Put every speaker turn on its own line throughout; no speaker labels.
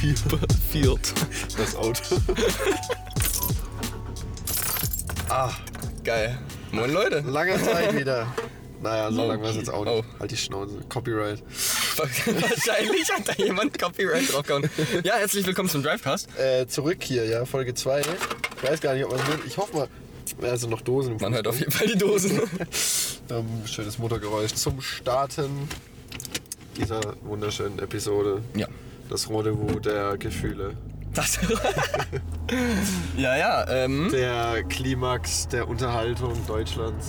Viert. Viert.
Das Auto. ah,
Geil. Moin Leute.
lange Zeit wieder. Naja, so lange war es jetzt auch nicht.
Oh.
Halt die Schnauze. Copyright.
Wahrscheinlich hat da jemand Copyright draufgehauen. Ja, herzlich willkommen zum Drivecast.
Äh, zurück hier, ja, Folge 2. Ich weiß gar nicht, ob man es hört. Ich hoffe mal. Also noch Dosen im
Man hört auf
Fußball.
jeden Fall die Dosen.
ähm, Schönes Motorgeräusch zum Starten dieser wunderschönen Episode.
Ja.
Das Rendezvous der Gefühle.
Das. ja, ja. Ähm,
Der Klimax der Unterhaltung Deutschlands.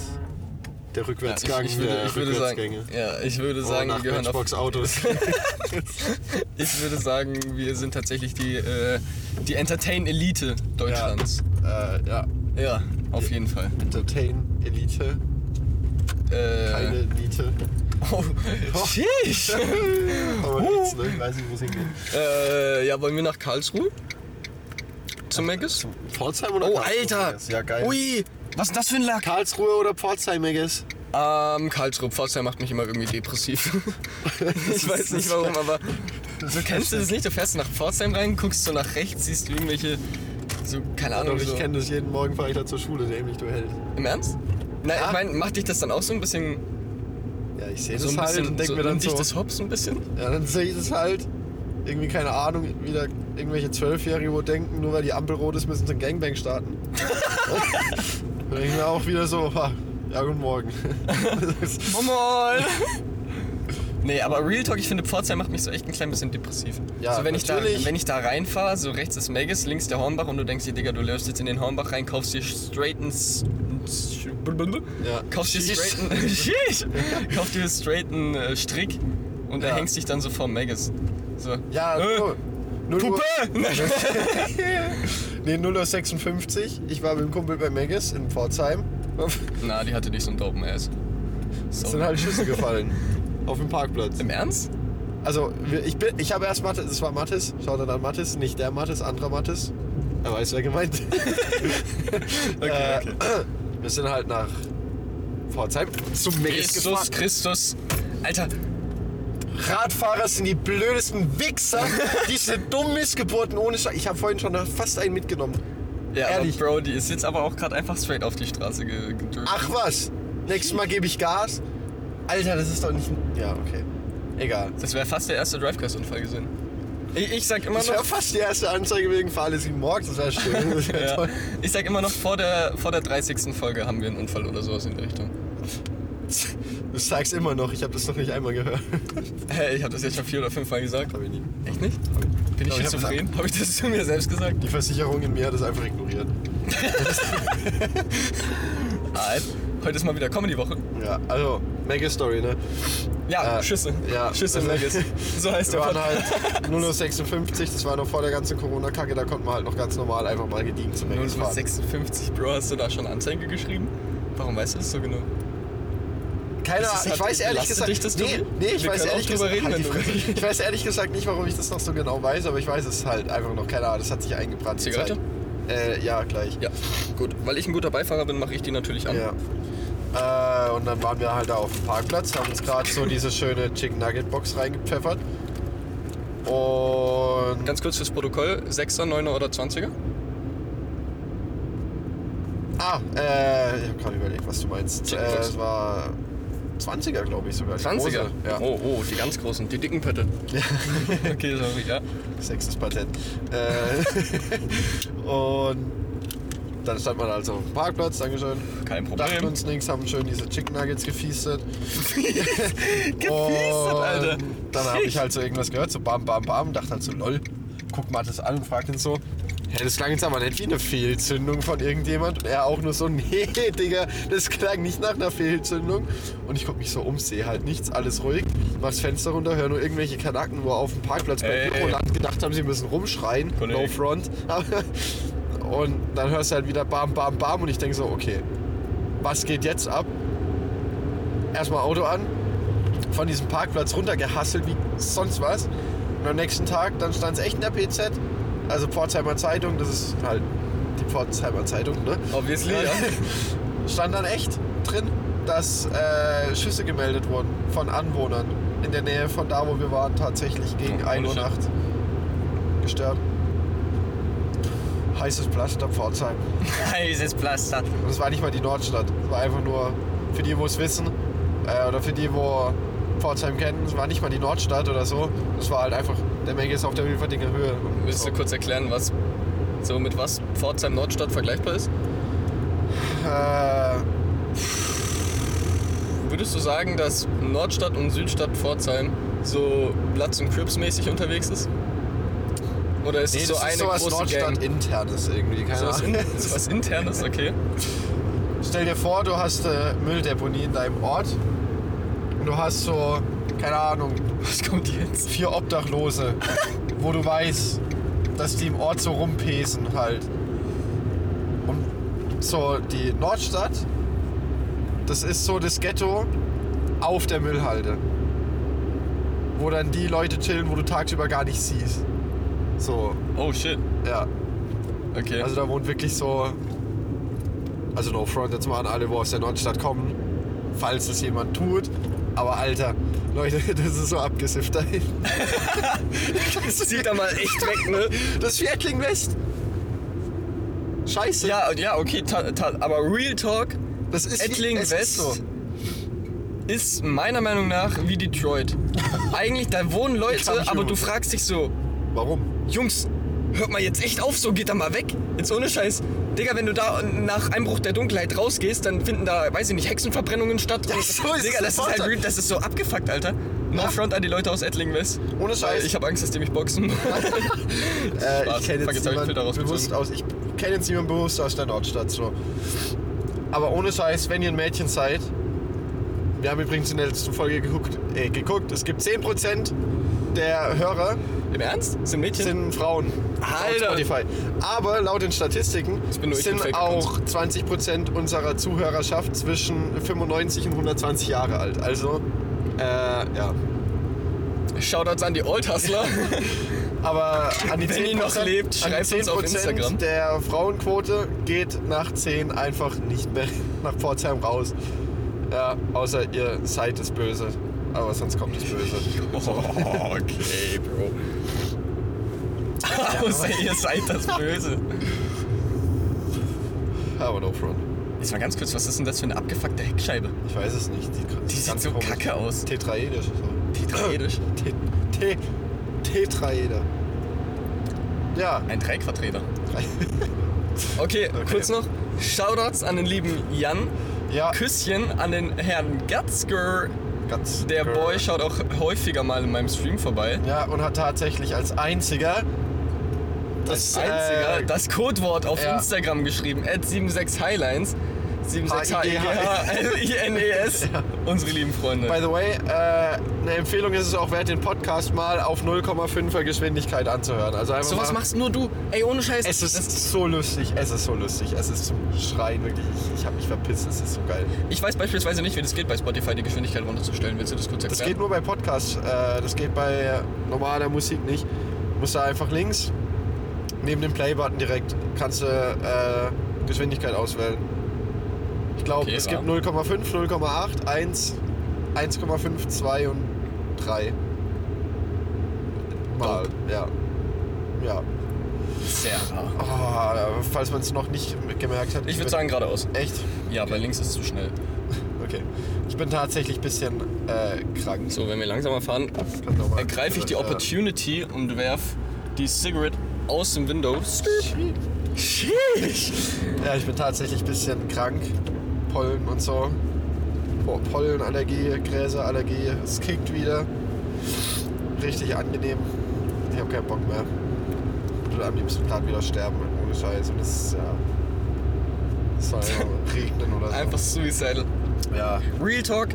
Der Rückwärtsgang
ich, ich würde,
der
ich würde
Rückwärtsgänge.
sagen, ja, ich würde sagen,
nach
wir gehören auf,
Matchbox Autos.
ich würde sagen, wir sind tatsächlich die, äh, die Entertain-Elite Deutschlands.
äh, ja.
Ja, auf jeden Fall.
Entertain, Elite,
Äh,
keine Elite.
Oh, sheesh.
Aber nichts, ne? Ich weiß nicht, wo es hingeht.
äh, ja, wollen wir nach Karlsruhe? Zum Megas?
Pforzheim oder
Oh,
Karlsruhe,
Alter!
Megas? Ja, geil.
Ui! Was ist das für ein Lack?
Karlsruhe oder Pforzheim, Megas?
Ähm, Karlsruhe, Pforzheim macht mich immer irgendwie depressiv. ich weiß nicht warum, aber so kennst du das nicht? Du fährst nach Pforzheim rein, guckst so nach rechts, siehst irgendwelche, so, keine Ahnung,
Ahnung, ich
so.
kenne das. Jeden Morgen fahre ich da zur Schule, dämlich, du Held.
Im Ernst? Nein, ich
Ja.
meine, macht dich das dann auch so ein bisschen,
Ja, ich sehe
so
das
ein
halt
bisschen,
und denke
so,
mir dann
nimmt
so.
dich das Hops ein bisschen?
Ja, dann sehe ich das halt. Irgendwie, keine Ahnung, wieder irgendwelche Zwölfjährige, wo denken, nur weil die Ampel rot ist, müssen sie einen Gangbang starten. dann denke ich mir auch wieder so, ha, ja, guten Morgen.
Oh moin! Nee, aber Real Talk, ich finde Pforzheim macht mich so echt ein klein bisschen depressiv.
Ja,
so, wenn ich, da,
natürlich.
wenn ich da reinfahre, so rechts ist Megas, links der Hornbach und du denkst dir, Digga, du läufst jetzt in den Hornbach rein, kaufst dir straight einen... S-
Ja.
Kaufst dir
Sheesh.
straight einen... Sheesh. Kaufst dir straight einen äh, Strick und
Ja.
erhängst dich dann so vor Megas. So.
ja,
Äh,
so. Null Uhr-
Puppe!
Nee, 0.56 Uhr. Ich war mit dem Kumpel bei Megas in Pforzheim.
Na, die hatte dich so einen dopen Ass. So.
Es sind halt Schüsse gefallen. Auf dem Parkplatz.
Im Ernst?
Also, wir- ich, bin, ich habe erst Mathis, es war Mathis, schaut dann an Mathis, nicht der Mathis, anderer Mathis. Er weiß, wer gemeint ist.
Okay,
Äh, Wir sind halt nach Pforzheim zum Megas
Jesus
gefahren.
Christus. Alter,
Radfahrer sind die blödesten Wichser. Diese dummen Missgeburten ohne Scheiß. Ich habe vorhin schon fast einen mitgenommen.
Ja,
Ehrlich.
aber Bro, die ist jetzt aber auch gerade einfach straight auf die Straße ge- gedrückt.
Ach was, nächstes Mal gebe ich Gas. Alter, das ist doch nicht... Ja, okay. Egal.
Das wäre fast der erste Drivecast-Unfall gewesen. Ich, ich sag immer
Das wäre
noch.
fast die erste Anzeige wegen fahrlässigen Morgens. Das wäre schön. Das wär
Ja,
toll.
ich sag immer noch, vor der, vor der 30. Folge haben wir einen Unfall oder sowas in der Richtung.
Du sagst immer noch, ich habe das noch nicht einmal gehört.
Hey, ich habe das jetzt schon vier oder fünf Mal gesagt.
Hab ich nie.
Echt nicht? Bin ich
Glaub, ich hab
schizophren? Habe ich das zu mir selbst gesagt?
Die Versicherung in mir hat es einfach ignoriert.
Nein. Halt. Heute ist mal wieder Comedy-Woche.
Ja, also, mega Story, ne?
Ja,
Äh,
Schüsse.
ja.
Schüsse im Vegas. So heißt
Wir
der
waren
Podcast.
halt 056, das war noch vor der ganzen Corona-Kacke, da konnten wir halt noch ganz normal einfach mal gediegen zum Megas fahren.
56, Bro, hast du da schon Anzeige geschrieben? Warum weißt du das so genau?
Keine
Ist es-
Ahnung, ich
hat-
weiß ehrlich
belastet
gesagt.
dich das,
nee,
Tobi?
nee, ich
Wir
weiß
können auch
ehrlich
drüber
gesagt.
reden,
halt die
wenn du
Fresse. ich weiß ehrlich gesagt nicht, warum ich das noch so genau weiß, aber ich weiß es halt einfach noch. Keine Ahnung, das hat sich eingebrannt. die
Zigarette?
Zeit. Äh, ja, gleich.
Ja, gut. Weil ich ein guter Beifahrer bin, mache ich die natürlich an.
Ja. Äh, und dann waren wir halt da auf dem Parkplatz, haben uns gerade so diese schöne Chicken Nugget Box reingepfeffert. Und
Ganz kurz fürs Protokoll, 6er, 9er oder 20er?
ah, äh, ich habe gerade überlegt, was du meinst. Äh,
Chicken Box.
es war 20er, glaube ich sogar. die große. Ja.
Oh, oh, die ganz großen, die dicken Pötte. okay, sorry, ja.
Sechstes Patent. Äh, und dann stand man also auf dem Parkplatz, Dankeschön.
Kein Problem.
Dachten uns nichts, haben schön diese Chicken Nuggets gefiestet.
Gefiestet,
Und Dann habe ich halt so irgendwas gehört, so bam, bam, bam, dachte halt so, lol, guck mal das an und fragt ihn so, hä, das klang jetzt aber nicht wie eine Fehlzündung von irgendjemand. Und er auch nur so, nee, Digga, das klang nicht nach einer Fehlzündung. Und ich guck mich so um, sehe halt nichts, alles ruhig, mach das Fenster runter, höre nur irgendwelche Kanaken, wo auf dem Parkplatz
Ey,
beim
ey.
Büroland gedacht haben, sie müssen rumschreien,
Kollege.
no front. und dann hörst du halt wieder bam, bam, bam und ich denke so, okay, was geht jetzt ab? Erstmal Auto an, von diesem Parkplatz runtergehasselt wie sonst was. Und am nächsten Tag, dann stand es echt in der PZ, also Pforzheimer Zeitung, das ist halt die Pforzheimer Zeitung, ne?
Obviously, ja.
Stand dann echt drin, dass äh, Schüsse gemeldet wurden von Anwohnern. in der Nähe von da, wo wir waren, tatsächlich gegen
Oh,
1 Uhr
shit.
nachts gestorben. Heißes Pflaster Pforzheim.
Heißes Pflaster.
Und es war nicht mal die Nordstadt. Es war einfach nur, für die, wo es wissen, äh, oder für die, wo Pforzheim kennen, es war nicht mal die Nordstadt oder so. Es war halt einfach, der Menge ist auf der Wilferdinger Höhe.
Willst du kurz erklären, was so mit was Pforzheim Nordstadt vergleichbar ist?
Äh,
Würdest du sagen, dass Nordstadt und Südstadt Pforzheim so Bloods und Crips mäßig unterwegs ist? Oder ist
nee,
es so
das
eine
ist sowas
große Gang?
Nordstadt-internes irgendwie, keine
Sowas,
Ahnung.
in, sowas internes, okay.
Stell dir vor, du hast äh, Mülldeponie in deinem Ort und du hast so, keine Ahnung,
Was kommt jetzt?
vier Obdachlose, wo du weißt, dass die im Ort so rumpesen halt. Und so die Nordstadt, das ist so das Ghetto auf der Müllhalde. Wo dann die Leute chillen, wo du tagsüber gar nicht siehst. So,
Oh shit.
ja.
Okay.
Also da wohnt wirklich so. Also no front jetzt mal an alle, wo aus der Nordstadt kommen, falls es jemand tut. Aber Alter, Leute, das ist so abgesifft dahin.
das zieht da mal echt weg, ne?
Das Viertling West. Scheiße.
Ja, ja, okay, ta, ta, aber Real Talk,
das ist
Ettling
es
West
Ist so.
ist meiner Meinung nach wie Detroit. Eigentlich, da wohnen
Kann ich
Leute, aber
hören.
du fragst dich so,
Warum?
Jungs, hört mal jetzt echt auf, so geht da mal weg. Jetzt ohne Scheiß. Digga, wenn du da nach Einbruch der Dunkelheit rausgehst, dann finden da, weiß ich nicht, Hexenverbrennungen statt.
Ja, so ist
Digga,
es
das ist
sofort.
halt real, das ist so abgefuckt, Alter. No
Ja.
front an die Leute aus Ettlingen West.
Ohne
Weil
Scheiß.
ich habe Angst, dass die mich boxen.
äh,
Spaß.
ich kenne
Fuck, jetzt
jetzt,
hab ich
niemanden
Filter rausgezogen.
bewusst aus. Ich kenne jetzt niemanden bewusst aus der Nordstadt so. Aber ohne Scheiß, wenn ihr ein Mädchen seid, wir haben übrigens in der letzten Folge geguckt, äh, geguckt es gibt 10% der Hörer
Im Ernst? Sind Mädchen?
sind Frauen.
Alter.
Auf Spotify. Aber laut den Statistiken
Das bin nur ich mit
sind
Fake-Accounts.
auch 20% unserer Zuhörerschaft zwischen 95 und 120 Jahre alt. Also, äh, ja.
Shoutouts an die Oldhustler.
Aber an die
Wenn
10%,
ihr noch lebt,
an die
schreibt uns auf
10%
Instagram.
Der Frauenquote geht nach 10 einfach nicht mehr nach Pforzheim raus. Ja, außer ihr seid es böse. Aber sonst kommt es böse.
Oh, okay, Bro. Außer ihr seid das Böse.
Aber no front.
Jetzt mal ganz kurz, was ist denn das für eine abgefuckte Heckscheibe?
Ich weiß es nicht. Die,
Die sieht so kacke aus.
Tetraedisch. So.
Tetraedisch.
Te Te Tetraeder. Ja.
Ein Dreieckvertreter.
drei-
Okay,
Okay.
kurz noch. Shoutouts an den lieben Jan. Ah.
Ja.
Küsschen an den Herrn Gatzger.
Ganz.
Der
grr.
Boy schaut auch häufiger mal in meinem Stream vorbei.
Ja, und hat tatsächlich als einziger.
Das einzige,
äh,
das Codewort auf
ja.
Instagram geschrieben, at 76 Highlines. 76
H I G H.
H-I-N-E-S. E Unsere lieben Freunde.
By the way, äh, eine Empfehlung ist es auch wert, den Podcast mal auf 0,5er Geschwindigkeit anzuhören. Also einfach
Sowas
mal,
machst nur du. Ey, ohne Scheiß.
Es
das,
ist so lustig, es ist so lustig, es ist zum Schreien wirklich. Ich, ich habe mich verpisst, es ist so geil.
ich weiß beispielsweise nicht, wie das geht, bei Spotify die Geschwindigkeit runterzustellen. Willst du das kurz
Das
erklären?
geht nur bei Podcasts, äh, das geht bei normaler Musik nicht. Du musst da einfach links, neben dem Play-Button direkt, kannst du äh, Geschwindigkeit auswählen. Ich glaube,
Okay,
es
wahr.
gibt 0,5, 0,8, 1, 1,5, 2 und 3. Mal, ja. Ja.
sehr rar.
Oh, falls man es noch nicht gemerkt hat.
Ich
bin-
würde sagen geradeaus.
Echt?
Ja, bei links ist es zu schnell.
Okay. Ich bin tatsächlich ein bisschen äh, krank. Äh,
So, wenn wir langsamer fahren,
Kann doch mal-
ergreife ich die
Ja.
Opportunity und werf die Cigarette aus dem Window.
Ja, ich bin tatsächlich ein bisschen krank. Pollen und so. Po- Pollenallergie, Gräserallergie. Es kickt wieder. Richtig angenehm. Ich habe keinen Bock mehr. Ich würde am liebsten gerade wieder sterben, halt ohne Scheiß. Und es ist ja. Es soll ja mal regnen oder so.
Einfach suicidal.
Ja,
Real Talk.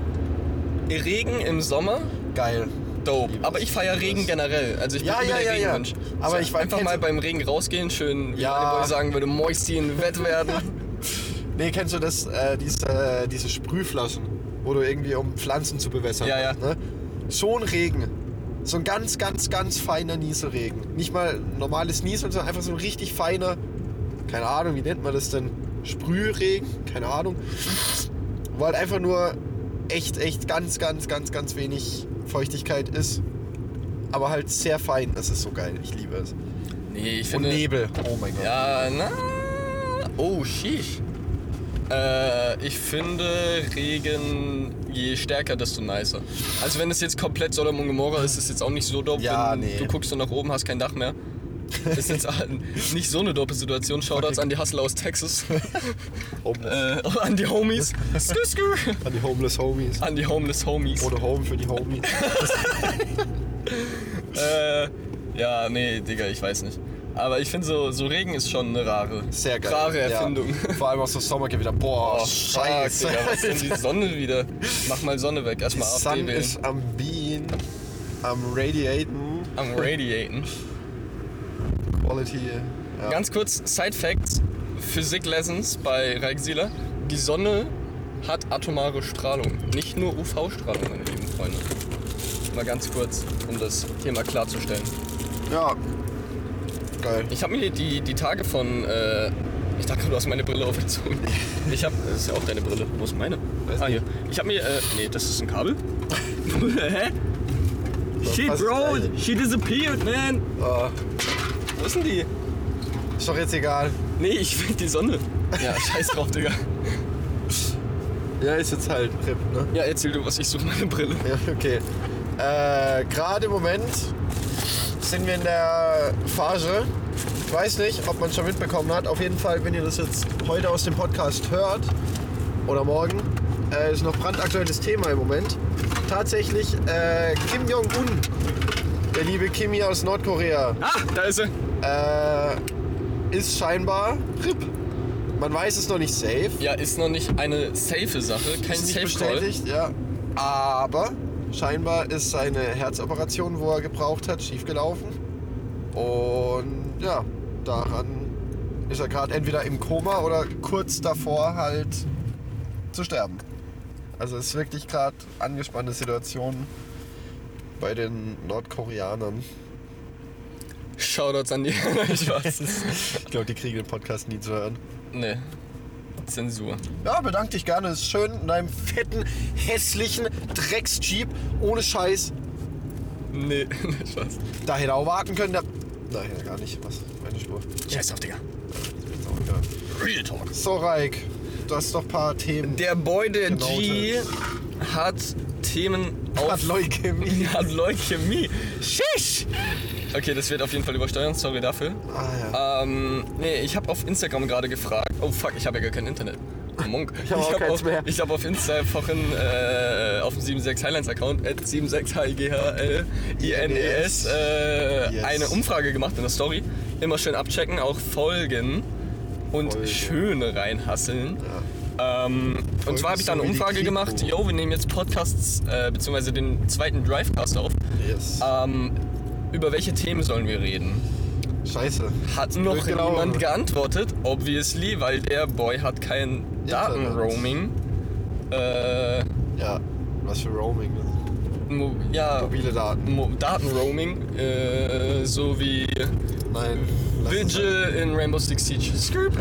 Regen im Sommer,
geil.
dope.
Liebe
Aber
es,
ich feiere
liebe
Regen
es.
generell. Also ich
Ja,
bin
ja,
der
ja, ja.
Regenmensch.
Aber
so,
ich war-
einfach
kennst
mal
du-
beim Regen rausgehen, schön, wie
Ja.
meine Boy sagen würde, Moistin, wett werden.
Nee, kennst du das, äh, diese, äh, diese Sprühflaschen, wo du irgendwie um Pflanzen zu bewässern
Ja, ja.
hast, Ne? So ein Regen. So ein ganz, ganz, ganz feiner Nieselregen. Nicht mal normales Nieseln, sondern einfach so ein richtig feiner, keine Ahnung, wie nennt man das denn? Sprühregen? Keine Ahnung. Wo halt einfach nur echt, echt ganz, ganz, ganz, ganz wenig Feuchtigkeit ist, aber halt sehr fein. Das ist so geil. Ich liebe es.
Nee, ich
Und
finde.
Nebel. Oh mein Gott.
Ja, na. Oh, sheesh. Äh, ich finde Regen, je stärker, desto nicer. Also wenn es jetzt komplett Sodom und Gomorra ist, ist jetzt auch nicht so dope.
Ja,
wenn
nee.
Du guckst und nach oben hast kein Dach mehr. Ist jetzt nicht so eine dope Situation. Shoutouts an die Hustler aus Texas.
Homeless.
äh, an die Homies. Skü, skü.
An die Homeless Homies.
An die Homeless Homies.
Oder Home für die Homies.
Äh, ja, nee, Digga, ich weiß nicht. Aber ich finde so, so Regen ist schon eine rare,
Sehr geil.
rare
Ja.
Erfindung.
Vor allem aus dem Sommergewitter. Boah,
Oh, scheiße.
scheiße.
Digga, was denn die Sonne wieder? Mach mal Sonne weg, erstmal
Die
AfD
Sun
wählen.
ist am Bean, am Radiaten,
Am Radiaten.
Quality. Ja.
Ganz kurz, Side Facts, Physik Lessons bei Reixila. Die Sonne hat atomare Strahlung, nicht nur UV-Strahlung, meine lieben Freunde. Mal ganz kurz, um das Thema klarzustellen.
ja. Geil.
Ich habe mir die, die Tage von. Äh, ich dachte, du hast meine Brille aufgezogen. Ich habe. Das ist ja auch deine Brille. Wo ist meine?
Weiß
ah,
nicht.
hier. Ich habe mir. Äh, nee, das ist ein Kabel. Hä? She,
was ist
bro,
eigentlich?
she disappeared, man.
Ah,
Wo ist denn die?
ist doch jetzt egal.
Nee, ich will die Sonne. Ja, scheiß drauf, Digga.
Ja, ist jetzt halt RIP, ne?
Ja, erzähl du was, ich suche meine Brille.
Ja, okay. Äh, Gerade im Moment sind wir in der Phase. Ich weiß nicht, ob man es schon mitbekommen hat. Auf jeden Fall, wenn ihr das jetzt heute aus dem Podcast hört oder morgen, äh, ist noch brandaktuelles Thema im Moment. Tatsächlich äh, Kim Jong-un, der liebe Kimi aus Nordkorea,
Ah, da ist sie.
äh, ist scheinbar RIP. Man weiß es noch nicht safe.
Ja, ist noch nicht eine safe Sache, kein
ist
Safe
nicht
Call.
bestätigt, ja. Aber scheinbar ist seine Herzoperation, wo er gebraucht hat, schiefgelaufen. Und ja, daran ist er gerade entweder im Koma oder kurz davor halt zu sterben. Also ist wirklich gerade angespannte Situation bei den Nordkoreanern.
Shoutouts an die. ich weiß.
Ich glaube, die kriegen den Podcast nie zu hören.
Nee. Zensur.
Ja, bedank dich gerne. Ist schön in deinem fetten, hässlichen Drecksjeep ohne Scheiß
Nee, nee, Spaß.
Da hätte er auch warten können. Der Nein, hätte er gar nicht. Was? Meine Spur.
Scheiß drauf, Digga.
Ist auch egal.
Real Talk.
So, Raik, du hast doch ein paar Themen.
Der Boy, der
Genau
G, hat Themen auf...
hat Leukämie.
hat Leukämie. Shish! Okay, das wird auf jeden Fall übersteuern, sorry dafür.
Ah, ja.
Ähm, nee, ich habe auf Instagram gerade gefragt. Oh fuck, ich habe ja gar kein Internet. Monk.
Ah, Ich hab auch keins
auf,
mehr.
ich hab auf Insta vorhin äh, auf dem 76 Highlands Account, at 76highlands, E äh,
Yes.
eine Umfrage gemacht in der Story. Immer schön abchecken, auch folgen und
Folgen.
schöne reinhasseln. Ähm, und zwar habe ich da eine
so wie die
Umfrage
Kripo.
gemacht, yo, wir nehmen jetzt Podcasts, äh, beziehungsweise den zweiten Drivecast auf.
Yes.
Ähm, über welche Themen sollen wir reden?
Scheiße.
Hat noch
genau.
niemand geantwortet, obviously, weil der Boy hat kein Datenroaming. Äh,
Ja. Was für Roaming. ne?
mo ja,
Mobile Daten.
Mo Datenroaming, äh, so wie
Nein. lass es sein.
Vigil in Rainbow Six Siege. Skrrp.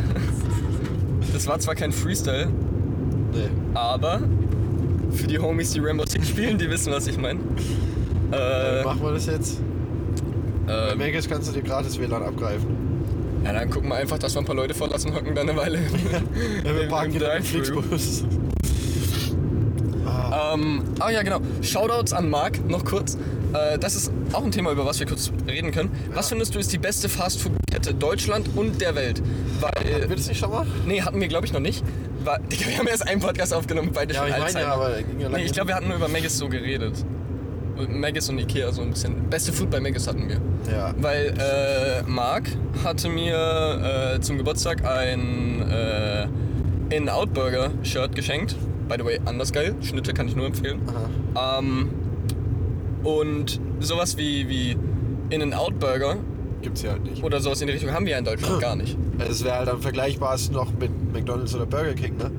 Das war zwar kein Freestyle,
Nee.
aber für die Homies, die Rainbow Six spielen, die wissen, was ich meine. Äh,
Machen wir das jetzt? Bei
ähm,
Megas kannst du dir gratis WLAN abgreifen.
ja, dann gucken wir einfach, dass wir ein paar Leute vorlassen, hocken dann eine Weile.
Ja, wir
Äh, Im-
parken
im
wieder im
Drive-Thru.
Flixbus.
Ähm, ah ja, genau. Shoutouts an Marc, noch kurz. Äh, das ist auch ein Thema, über was wir kurz reden können. Was findest du ist die beste Fastfood-Kette Deutschland und der Welt? Weil,
Willst du nicht schon mal?
nee, hatten wir glaube ich noch nicht. Weil, Digga, wir haben erst einen Podcast aufgenommen, beide
Ja,
schon
ich meine
Alzheimer.
ja, aber ging ja
Nee,
lange
ich glaube, wir hatten nur über Maggis so geredet. Und Maggis und Ikea so ein bisschen. Beste Food bei Maggis hatten wir.
Ja.
Weil äh, Marc hatte mir äh, zum Geburtstag ein äh, In-Out-Burger-Shirt geschenkt. By the way, anders geil. Schnitte kann ich nur empfehlen. Ähm, und sowas wie, wie In-N-Out-Burger
Gibt's hier halt nicht.
oder sowas in die Richtung haben wir ja in Deutschland gar nicht.
Es wäre halt am vergleichbarsten noch mit McDonalds oder Burger King, ne?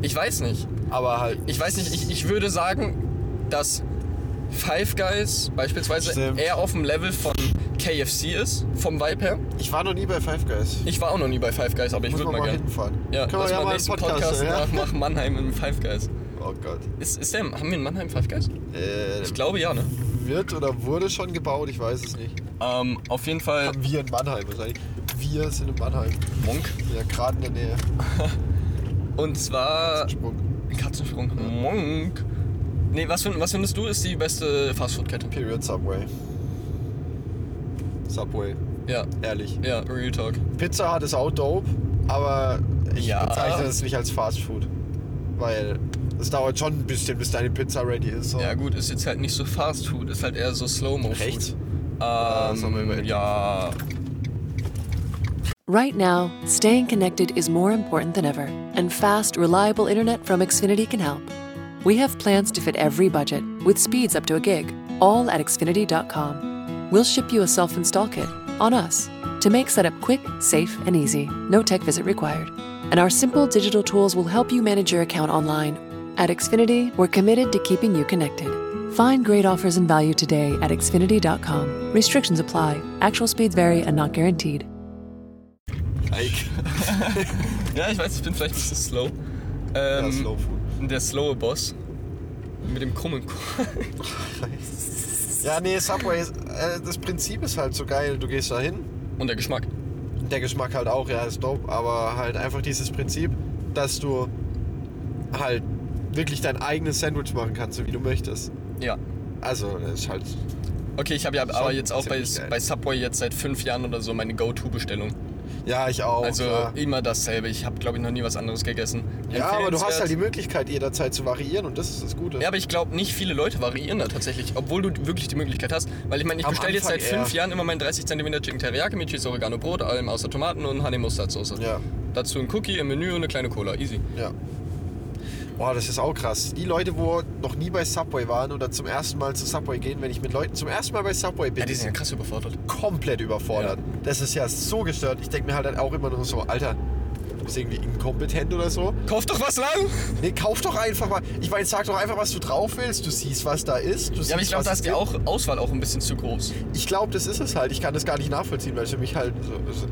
Ich weiß nicht.
Aber halt.
Ich weiß nicht, ich, ich würde sagen, dass Five Guys beispielsweise
Stimmt.
eher auf dem Level von KFC ist, vom Vibe her.
Ich war noch nie bei Five Guys.
Ich war auch noch nie bei Five Guys, aber ich
Muss
würde
man
mal
mal
gerne.
hinfahren.
Ja,
Können wir
lass
ja
mal
mal einen
nächsten
Podcast,
Podcast
ja.
nach, nach Mannheim im Five Guys.
Oh Gott.
Ist, ist der, haben wir in Mannheim Five Guys?
Äh,
Ich glaube ja, ne?
wird oder wurde schon gebaut, ich weiß es nicht.
Ähm, auf jeden Fall
Haben wir in Mannheim wahrscheinlich. Wir sind in Mannheim.
Monk.
Ja, gerade in der Nähe.
Und zwar.
Sprung.
Katzensprung. Monk. Nee, was, find, was findest du ist die beste Fastfood-Kette?
Period Subway. Subway.
Ja,
Ehrlich.
ja, Real Talk.
Pizza Hut ist auch dope, aber ich
Ja.
bezeichne es nicht als Fast Food. Weil es dauert schon ein bisschen, bis deine Pizza ready ist. So.
Ja, gut, ist jetzt halt nicht so Fastfood, ist halt eher so Slow-Mo-Food.
Rechts? Ja, sollen wir über
Ähm,
Edding
ja,
Right now, staying connected is more important than ever, and fast, reliable internet from Xfinity can help. We have plans to fit every budget with speeds up to a gig, all at xfinity.com. We'll ship you a self install kit on us to make setup quick, safe, and easy, no tech visit required. And our simple digital tools will help you manage your account online. At Xfinity, we're committed to keeping you connected. Find great offers and value today at xfinity.com. Restrictions apply, actual speeds vary and not guaranteed.
Eik.
ja, ich weiß, ich bin vielleicht ein bisschen slow. Ähm,
Ja, Slow Food.
Der slowe Boss. Mit dem krummen Ko-
Ja, nee, Subway, ist, äh, das Prinzip ist halt so geil. Du gehst da hin,
Und der Geschmack.
der Geschmack halt auch, ja, ist dope, aber halt einfach dieses Prinzip, dass du halt wirklich dein eigenes Sandwich machen kannst, so wie du möchtest.
Ja.
Also, das ist halt.
Okay, ich habe ja aber
Schon
jetzt auch bei,
ziemlich geil.
bei Subway jetzt seit fünf Jahren oder so meine Go-To-Bestellung.
Ja, ich auch.
also
Oh, klar.
immer dasselbe. Ich habe, glaube ich, noch nie was anderes gegessen.
ja, aber du hast
Empfehlenswert.
halt die Möglichkeit, jederzeit zu variieren und das ist das Gute.
Ja, aber ich glaube, nicht viele Leute variieren da tatsächlich, obwohl du wirklich die Möglichkeit hast. Weil ich meine, ich
Am
bestelle jetzt
Anfang
seit fünf
eher.
Jahren immer meinen 30 cm Chicken Teriyaki mit Cheese Oregano Brot, allem außer Tomaten und Honey Mustard Soße.
Ja.
Dazu ein Cookie im Menü und eine kleine Cola. Easy.
Ja. Boah, das ist auch krass. Die Leute, wo noch nie bei Subway waren oder zum ersten Mal zu Subway gehen, wenn ich mit Leuten zum ersten Mal bei Subway bin,
Ja, die sind ja krass überfordert.
komplett überfordert.
Ja.
Das ist ja so gestört. Ich denke mir halt dann auch immer nur so, Alter, du bist irgendwie inkompetent oder so.
Kauf doch was lang!
Nee, kauf doch einfach mal. Ich meine, sag doch einfach, was du drauf willst. Du siehst, was da ist. Du siehst,
Ja, aber ich glaube,
was
da
es
ist die
gibt.
auch Auswahl auch ein bisschen zu groß.
Ich glaube, das ist es halt. Ich kann das gar nicht nachvollziehen, weil es für mich halt so, so,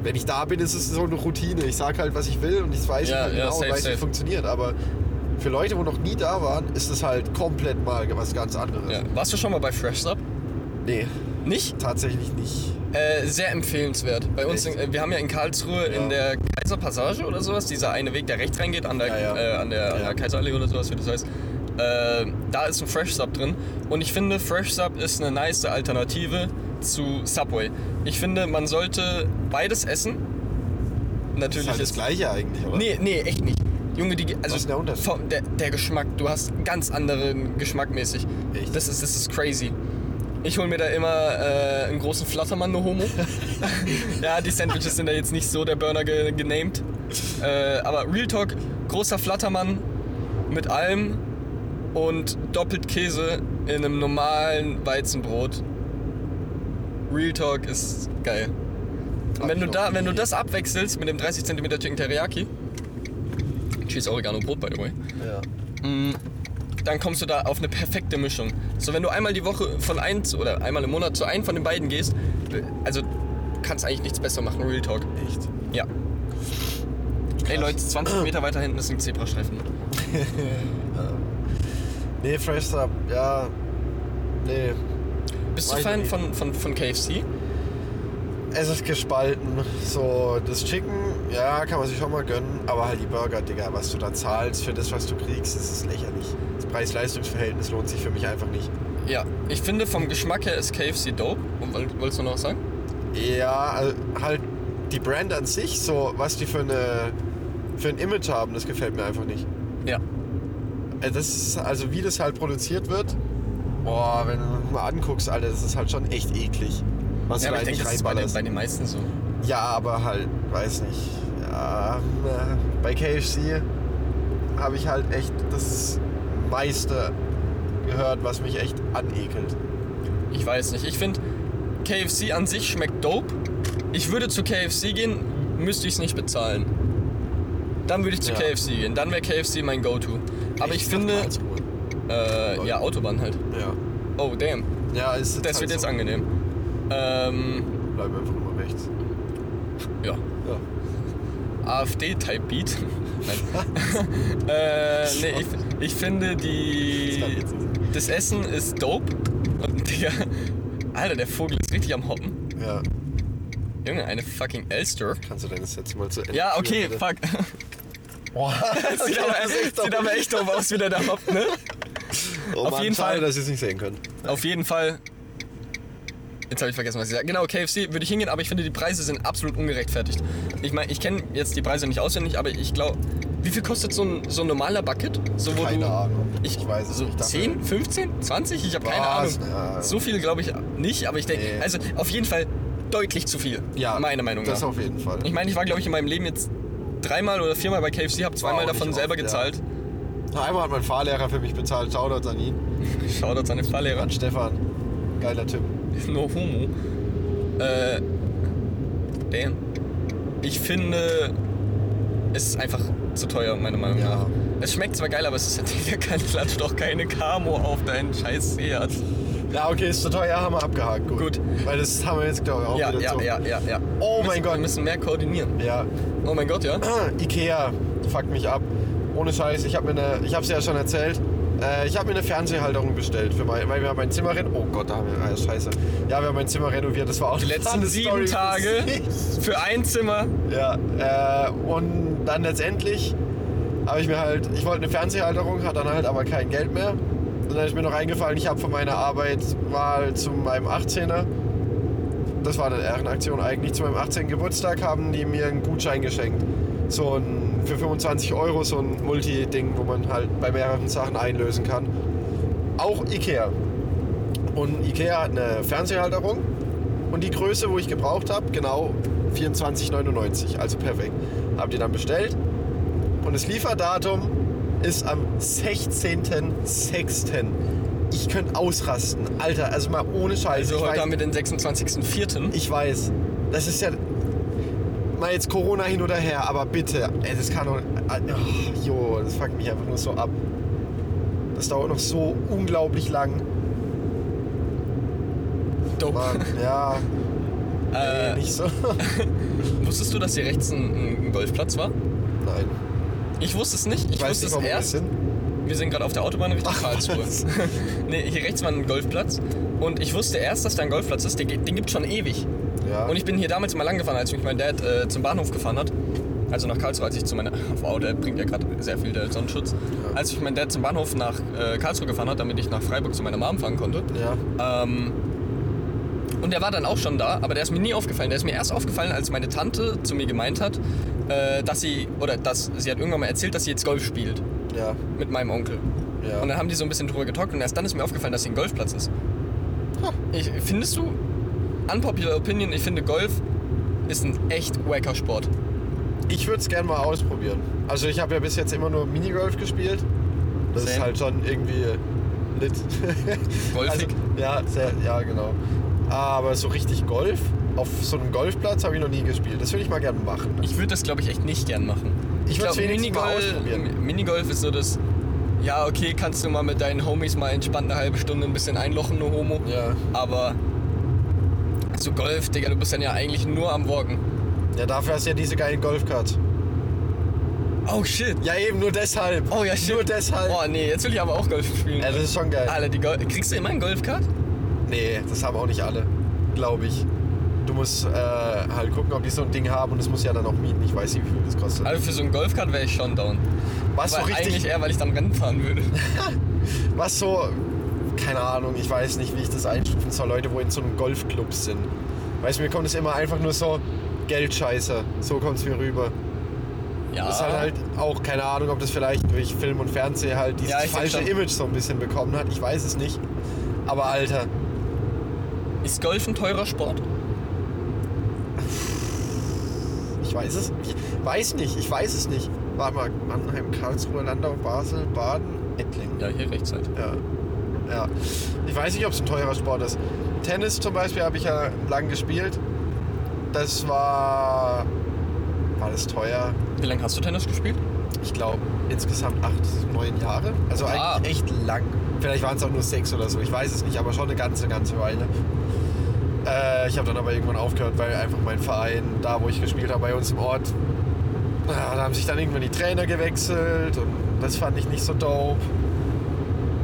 wenn ich da bin, ist es so eine Routine. Ich sag halt, was ich will und ich weiß
Ja,
halt
ja,
genau
safe,
und weiß, wie
safe.
es funktioniert. Aber für Leute, wo noch nie da waren, ist es halt komplett mal was ganz anderes.
Ja. Also, Warst du schon mal bei Fresh Sub?
Nee,
Nicht?
tatsächlich nicht.
Äh, sehr empfehlenswert. Bei uns,
Echt?
in, äh, wir haben ja in Karlsruhe
Ja.
in der Kaiserpassage oder sowas, dieser eine Weg, der rechts reingeht, an der,
Ja, ja.
Äh, an der, an
Ja.
der Kaiserallee oder sowas, wie das heißt. Äh, da ist ein Fresh Sub drin. Und ich finde, Fresh Sub ist eine nice Alternative zu Subway. Ich finde, man sollte beides essen.
Das
Natürlich
ist halt das
ist
Gleiche eigentlich, oder?
Nee, nee, echt nicht. Junge, die, also
Was ist der Unterschied?
vom- Der, der Geschmack, du hast ganz anderen Geschmack mäßig.
Echt?
Das ist, das ist crazy. Ich hole mir da immer äh, einen großen Flattermann, ne Homo. ja, die Sandwiches sind da jetzt nicht so der Burner ge genamed. Äh, aber Real Talk, großer Flattermann mit allem und doppelt Käse in einem normalen Weizenbrot. Real Talk ist geil. Und
Hab
wenn
ich
du,
noch
da, wenn du
nie.
das abwechselst mit dem 30 cm Chicken Teriyaki, Cheese Oregano Brot, by the way,
Ja.
dann kommst du da auf eine perfekte Mischung. So, wenn du einmal die Woche von eins oder einmal im Monat zu einem von den beiden gehst, also kannst eigentlich nichts besser machen, Real Talk.
Echt?
Ja. Ey Leute, 20 Meter weiter hinten ist ein Zebrastreifen.
Nee, Fresh Sub, ja. Nee.
Bist du
Weiß
Fan
nicht.
von, von, von KFC?
Es ist gespalten. So, das Chicken, ja, kann man sich schon mal gönnen, aber halt die Burger, Digga, was du da zahlst für das, was du kriegst, das ist lächerlich. Das Preis-Leistungs-Verhältnis lohnt sich für mich einfach nicht.
Ja. Ich finde, vom Geschmack her ist KFC dope. Und woll- Wolltest du noch was sagen?
Ja, also halt die Brand an sich, so, was die für, eine, für ein Image haben, das gefällt mir einfach nicht.
Ja.
Äh, Das ist, also wie das halt produziert wird, boah, wenn du mal anguckst, Alter, das ist halt schon echt eklig. Was
ja
du
aber
da
ich denke,
eigentlich
das ist bei den,
reinballerst.
bei den meisten so.
Ja, aber halt, weiß nicht. Ja, na, bei KFC habe ich halt echt das meiste gehört, was mich echt anekelt.
Ich weiß nicht. Ich finde, KFC an sich schmeckt dope. Ich würde zu KFC gehen, müsste ich es nicht bezahlen. Dann würde ich zu
Ja.
KFC gehen. Dann wäre KFC mein Go-To. Aber ich
Echt,
finde,
macht's gut.
äh, ja, Autobahn halt.
Ja.
Oh, damn.
Ja, ist jetzt
Das
halt
wird jetzt
so.
angenehm. Ähm,
Bleib einfach immer rechts.
ja.
Ja.
AfD-Type-Beat. Nein. äh, nee, ich, Ich finde die.
Das war witzig.
Das Essen ist dope. Und Digga. Alter, der Vogel ist richtig am Hoppen.
Ja.
Junge, eine fucking Elster.
Kannst du deine Sätze mal zu Ende
Ja,
führen,
okay,
bitte?
fuck.
Boah, das
Sieht,
war
aber,
jetzt echt
sieht
dumm.
aber echt dope aus, wie der da hoppt, ne?
Oh
auf
Mann,
jeden
schade,
Fall.
dass ihr es nicht sehen könnt.
Auf jeden Fall. Jetzt habe ich vergessen, was ich sage. Genau, KFC würde ich hingehen, aber ich finde, die Preise sind absolut ungerechtfertigt. Ich meine, ich kenne jetzt die Preise nicht auswendig, aber ich glaube, wie viel kostet so ein, so ein normaler Bucket? So, wo
Keine
du,
Ahnung.
Ich,
Ich weiß es
so
nicht. Dafür-
10, 15, 20? Ich habe keine
Was?
Ahnung.
Ja.
So viel glaube ich nicht, aber ich denke,
Nee.
also auf jeden Fall deutlich zu viel. meiner Meinung
Das
nach.
auf jeden Fall.
Ich meine, ich war, glaube ich, in meinem Leben jetzt dreimal oder viermal bei KFC, habe zweimal
auch
davon
nicht
selber
oft, ja.
gezahlt.
Einmal hat mein Fahrlehrer für mich bezahlt. Shoutouts an ihn.
Shoutouts an den Fahrlehrer.
An Stefan. Geiler Typ.
No homo. Äh, damn. Ich finde, es ist einfach zu teuer, meiner Meinung
Ja.
nach. Es schmeckt zwar geil, aber es ist ja kein Klatsch, doch keine Camo auf deinen scheiß Seat.
Ja, okay, ist zu teuer, haben wir abgehakt. Gut.
Gut.
Weil das haben wir jetzt, glaube ich, auch
Ja,
wieder
ja,
zu.
ja, ja, ja.
Oh
wir
mein
müssen,
Gott. Ah,
Wir müssen mehr koordinieren.
ja.
Oh mein Gott, ja.
Ikea fuckt mich ab. Ohne Scheiß, ich habe mir eine, ich hab's ja schon erzählt, äh, ich habe mir eine Fernsehhalterung bestellt, für mein, weil wir haben mein Zimmer renoviert. Oh Gott, da haben wir, ah, scheiße. Ja, wir haben mein Zimmer renoviert, das war auch
Die letzten sieben Tage für ein Zimmer.
Ja, äh, und dann letztendlich habe ich mir halt, ich wollte eine Fernsehhalterung, hatte dann halt aber kein Geld mehr. Und dann ist mir noch eingefallen, ich habe von meiner Arbeit mal zu meinem 18er, das war eine Ehrenaktion eigentlich, zu meinem 18. Geburtstag haben die mir einen Gutschein geschenkt. So ein, für 25 Euro so ein Multi-Ding, wo man halt bei mehreren Sachen einlösen kann. Auch Ikea. Und Ikea hat eine Fernsehhalterung und die Größe, wo ich gebraucht habe, genau 24,99. Also perfekt. Hab die dann bestellt. Und das Lieferdatum ist am 16.06. Ich könnte ausrasten. Alter, also mal ohne Scheiße.
Also
ich,
heute
weiß,
haben wir den 26.04.
ich weiß, das ist ja. Mal jetzt Corona hin oder her, aber bitte. Ey, das kann doch. Oh, jo, das fuckt mich einfach nur so ab. Das dauert noch so unglaublich lang.
Dope.
Mann, ja,
Äh,
nee, nicht so.
wusstest du, dass hier rechts ein, ein Golfplatz war?
Nein.
Ich wusste es nicht. Ich,
Ich weiß
wusste
nicht,
es
warum wir
erst.
sind.
Wir sind gerade auf der Autobahn Richtung
Ach,
Karlsruhe.
was?
nee, hier rechts war ein Golfplatz. Und ich wusste erst, dass da ein Golfplatz ist. Den, ge- den gibt's schon ewig.
Ja.
Und ich bin hier damals mal lang gefahren, als mich mein Dad äh, zum Bahnhof gefahren hat. Also nach Karlsruhe, als ich zu meiner. Wow, der bringt ja gerade sehr viel der Sonnenschutz. Als ich mein Dad zum Bahnhof nach äh, Karlsruhe gefahren hat, damit ich nach Freiburg zu meiner Mom fahren konnte.
ja.
Ähm, und der war dann auch schon da, aber der ist mir nie aufgefallen. Der ist mir erst aufgefallen, als meine Tante zu mir gemeint hat, äh, dass sie, oder dass sie hat irgendwann mal erzählt, dass sie jetzt Golf spielt
Ja.
mit meinem Onkel.
Ja.
Und dann haben die so ein bisschen drüber getalkt und erst dann ist mir aufgefallen, dass hier ein Golfplatz ist. Ich, findest du, unpopular opinion, ich finde Golf ist ein echt wacker Sport.
Ich würde es gerne mal ausprobieren. Also ich habe ja bis jetzt immer nur Minigolf gespielt. Das ist
Same.
halt schon irgendwie lit. Also,
Golfig.
ja, sehr, ja, genau. Aber so richtig Golf auf so einem Golfplatz habe ich noch nie gespielt. Das würde ich mal gerne machen.
Ich würde das, glaube ich, echt nicht gern machen.
Ich würd's
glaub,
wenigstens mal ausprobieren.
Minigolf ist so das, ja, okay, kannst du mal mit deinen Homies mal entspannt eine halbe Stunde ein bisschen einlochen, nur Homo.
Ja.
Aber so Golf, Digga, du bist dann ja eigentlich nur am Walken.
Ja, dafür hast du ja diese geilen Golfcards.
Oh, shit.
Ja, eben nur deshalb.
Oh, ja, shit.
Nur deshalb.
Oh, nee, jetzt will ich aber auch Golf spielen.
Ja, das ist schon geil.
Alter, die Gol kriegst du immer einen Golfkart?
Nee, das haben auch nicht alle, glaube ich. Du musst äh, halt gucken, ob die so ein Ding haben und das muss ja dann auch mieten. Ich weiß nicht, wie viel das kostet.
Also für so einen Golfkart wäre ich schon down.
was so
Aber eigentlich
richtig,
eher, weil ich dann Rennen fahren würde.
was so, keine Ahnung, ich weiß nicht, wie ich das einstufen soll, Leute, wo in so einem Golfclub sind. Weißt du, mir kommt es immer einfach nur so, Geldscheiße, so kommt es mir rüber.
Ja.
Das hat halt auch, keine Ahnung, ob das vielleicht durch Film und Fernsehen halt dieses
Ja, ich
falsche
glaub schon.
Image so ein bisschen bekommen hat. Ich weiß es nicht. Aber Alter,
Ist Golf ein teurer Sport?
Ich weiß es. Ich weiß nicht. Ich weiß es nicht. Warte mal. Mannheim, Karlsruhe, Landau, Basel, Baden, Ettlingen.
Ja, hier rechts halt.
Ja. ja. Ich weiß nicht, ob es ein teurer Sport ist. Tennis zum Beispiel habe ich ja lang gespielt. Das war. War das teuer?
Wie lange hast du Tennis gespielt?
Ich glaube, insgesamt acht, neun Jahre. Also
Ah.
eigentlich echt lang. Vielleicht waren es auch nur sechs oder so. Ich weiß es nicht, aber schon eine ganze, ganze Weile. Äh, ich habe dann aber irgendwann aufgehört, weil einfach mein Verein, da wo ich gespielt habe, bei uns im Ort, Ja, da haben sich dann irgendwann die Trainer gewechselt und das fand ich nicht so dope.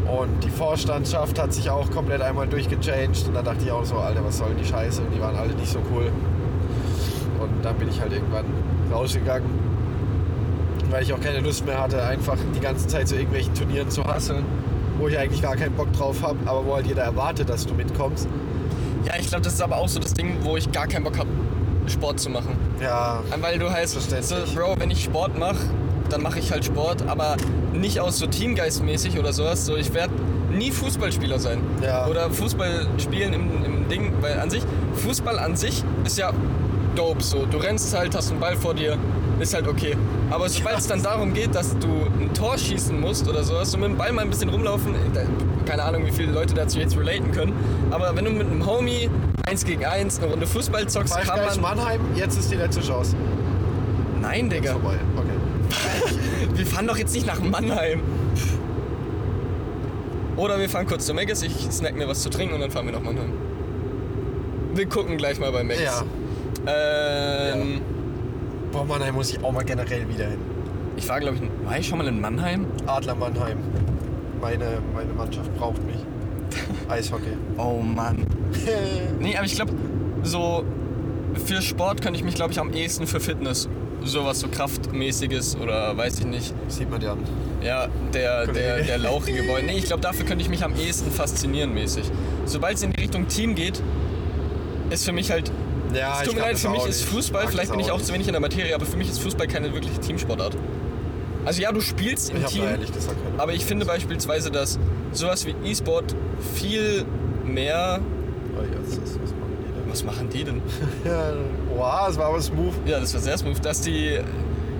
Und die Vorstandschaft hat sich auch komplett einmal durchgechanged und dann dachte ich auch so, Alter, was soll die Scheiße? Und die waren alle nicht so cool. Und dann bin ich halt irgendwann rausgegangen, weil ich auch keine Lust mehr hatte, einfach die ganze Zeit zu irgendwelchen Turnieren zu hasseln, wo ich eigentlich gar keinen Bock drauf habe, aber wo halt jeder erwartet, dass du mitkommst.
Ja, ich glaube, das ist aber auch so das Ding, wo ich gar keinen Bock habe, Sport zu machen.
Ja,
Weil du halt, so,
Verständlich.
Bro, wenn ich Sport mache, dann mache ich halt Sport, aber nicht aus so Teamgeistmäßig oder sowas. So, ich werde nie Fußballspieler sein.
Ja.
Oder Fußball spielen im, im Ding, weil an sich, Fußball an sich ist ja dope so. Du rennst halt, hast einen Ball vor dir, ist halt okay. Aber sobald es dann darum geht, dass du ein Tor schießen musst oder sowas, so mit dem Ball mal ein bisschen rumlaufen, da- keine Ahnung, wie viele Leute dazu jetzt relaten können, aber wenn du mit einem Homie eins gegen eins eine Runde Fußball zockst,
Five
kann
Guys
man...
Mannheim, jetzt ist die letzte Chance.
Nein,
Ist
Digga.
vorbei. Okay.
Wir fahren doch jetzt nicht nach Mannheim. Oder wir fahren kurz zu Megas, ich snack mir was zu trinken und dann fahren wir nach Mannheim. Wir gucken gleich mal bei Megas.
Ja.
Ähm,
Boah, Mannheim muss ich auch mal generell wieder hin.
Ich war, glaube ich, war ich schon mal in Mannheim?
Adler Mannheim. Meine, meine Mannschaft braucht mich. Eishockey.
Oh Mann. Nee, aber ich glaube, so für Sport könnte ich mich, glaube ich, am ehesten für Fitness. Sowas so kraftmäßiges oder weiß ich nicht.
Sieht man dir an.
Ja, der, der,
Kollege.
der lauchige Boy. Nee, ich glaube, dafür könnte ich mich am ehesten faszinieren mäßig. Sobald es in die Richtung Team geht, ist für mich halt.
Ja,
es tut
ich
mir
kann
leid,
das
für mich
auch
ist
nicht.
Fußball,
Mag
vielleicht
das
bin ich auch
nicht.
zu wenig in der Materie, aber für mich ist Fußball keine wirkliche Teamsportart. Also ja, du spielst im
Ich hab
Team,
da ehrlich gesagt keine
aber ich finde beispielsweise, dass sowas wie E-Sport viel mehr.
Oh, jetzt ist was machen
Was machen die denn?
die da? Wow, das war aber smooth.
Ja, das war sehr smooth, dass die,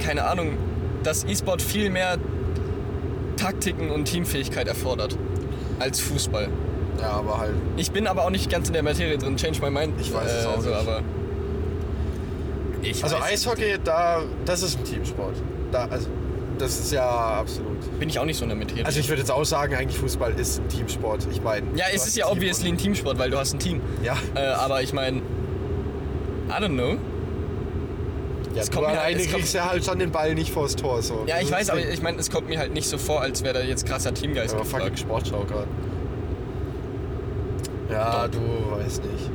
keine Ahnung, dass E-Sport viel mehr Taktiken und Teamfähigkeit erfordert als Fußball.
Ja, aber halt.
Ich bin aber auch nicht ganz in der Materie drin, change my mind. Äh,
Ich weiß es auch
so,
nicht.
Aber ich
Also
weiß,
Eishockey, da, das ist ein Teamsport. Da, also, das ist ja absolut.
bin ich auch nicht so in der Materie.
Also ich würde jetzt auch sagen, eigentlich Fußball ist ein Teamsport. Ich meine.
ja,
du
es
hast
ist ja
ein Team
obviously ein
und-
Teamsport, weil du hast ein Team.
Ja.
Äh, aber ich meine, I don't know.
ja
es
es
kommt
kommt
mir halt-
alleine
es kommt-
kriegst ja halt schon den Ball nicht vors Tor. So.
Ja,
Das
ich
ist
weiß,
das
aber
Ding.
ich meine, es kommt mir halt nicht so vor, als wäre da jetzt krasser Teamgeist
Aber fucking
gefragt.
Sportschau gerade. Ja, du weißt nicht.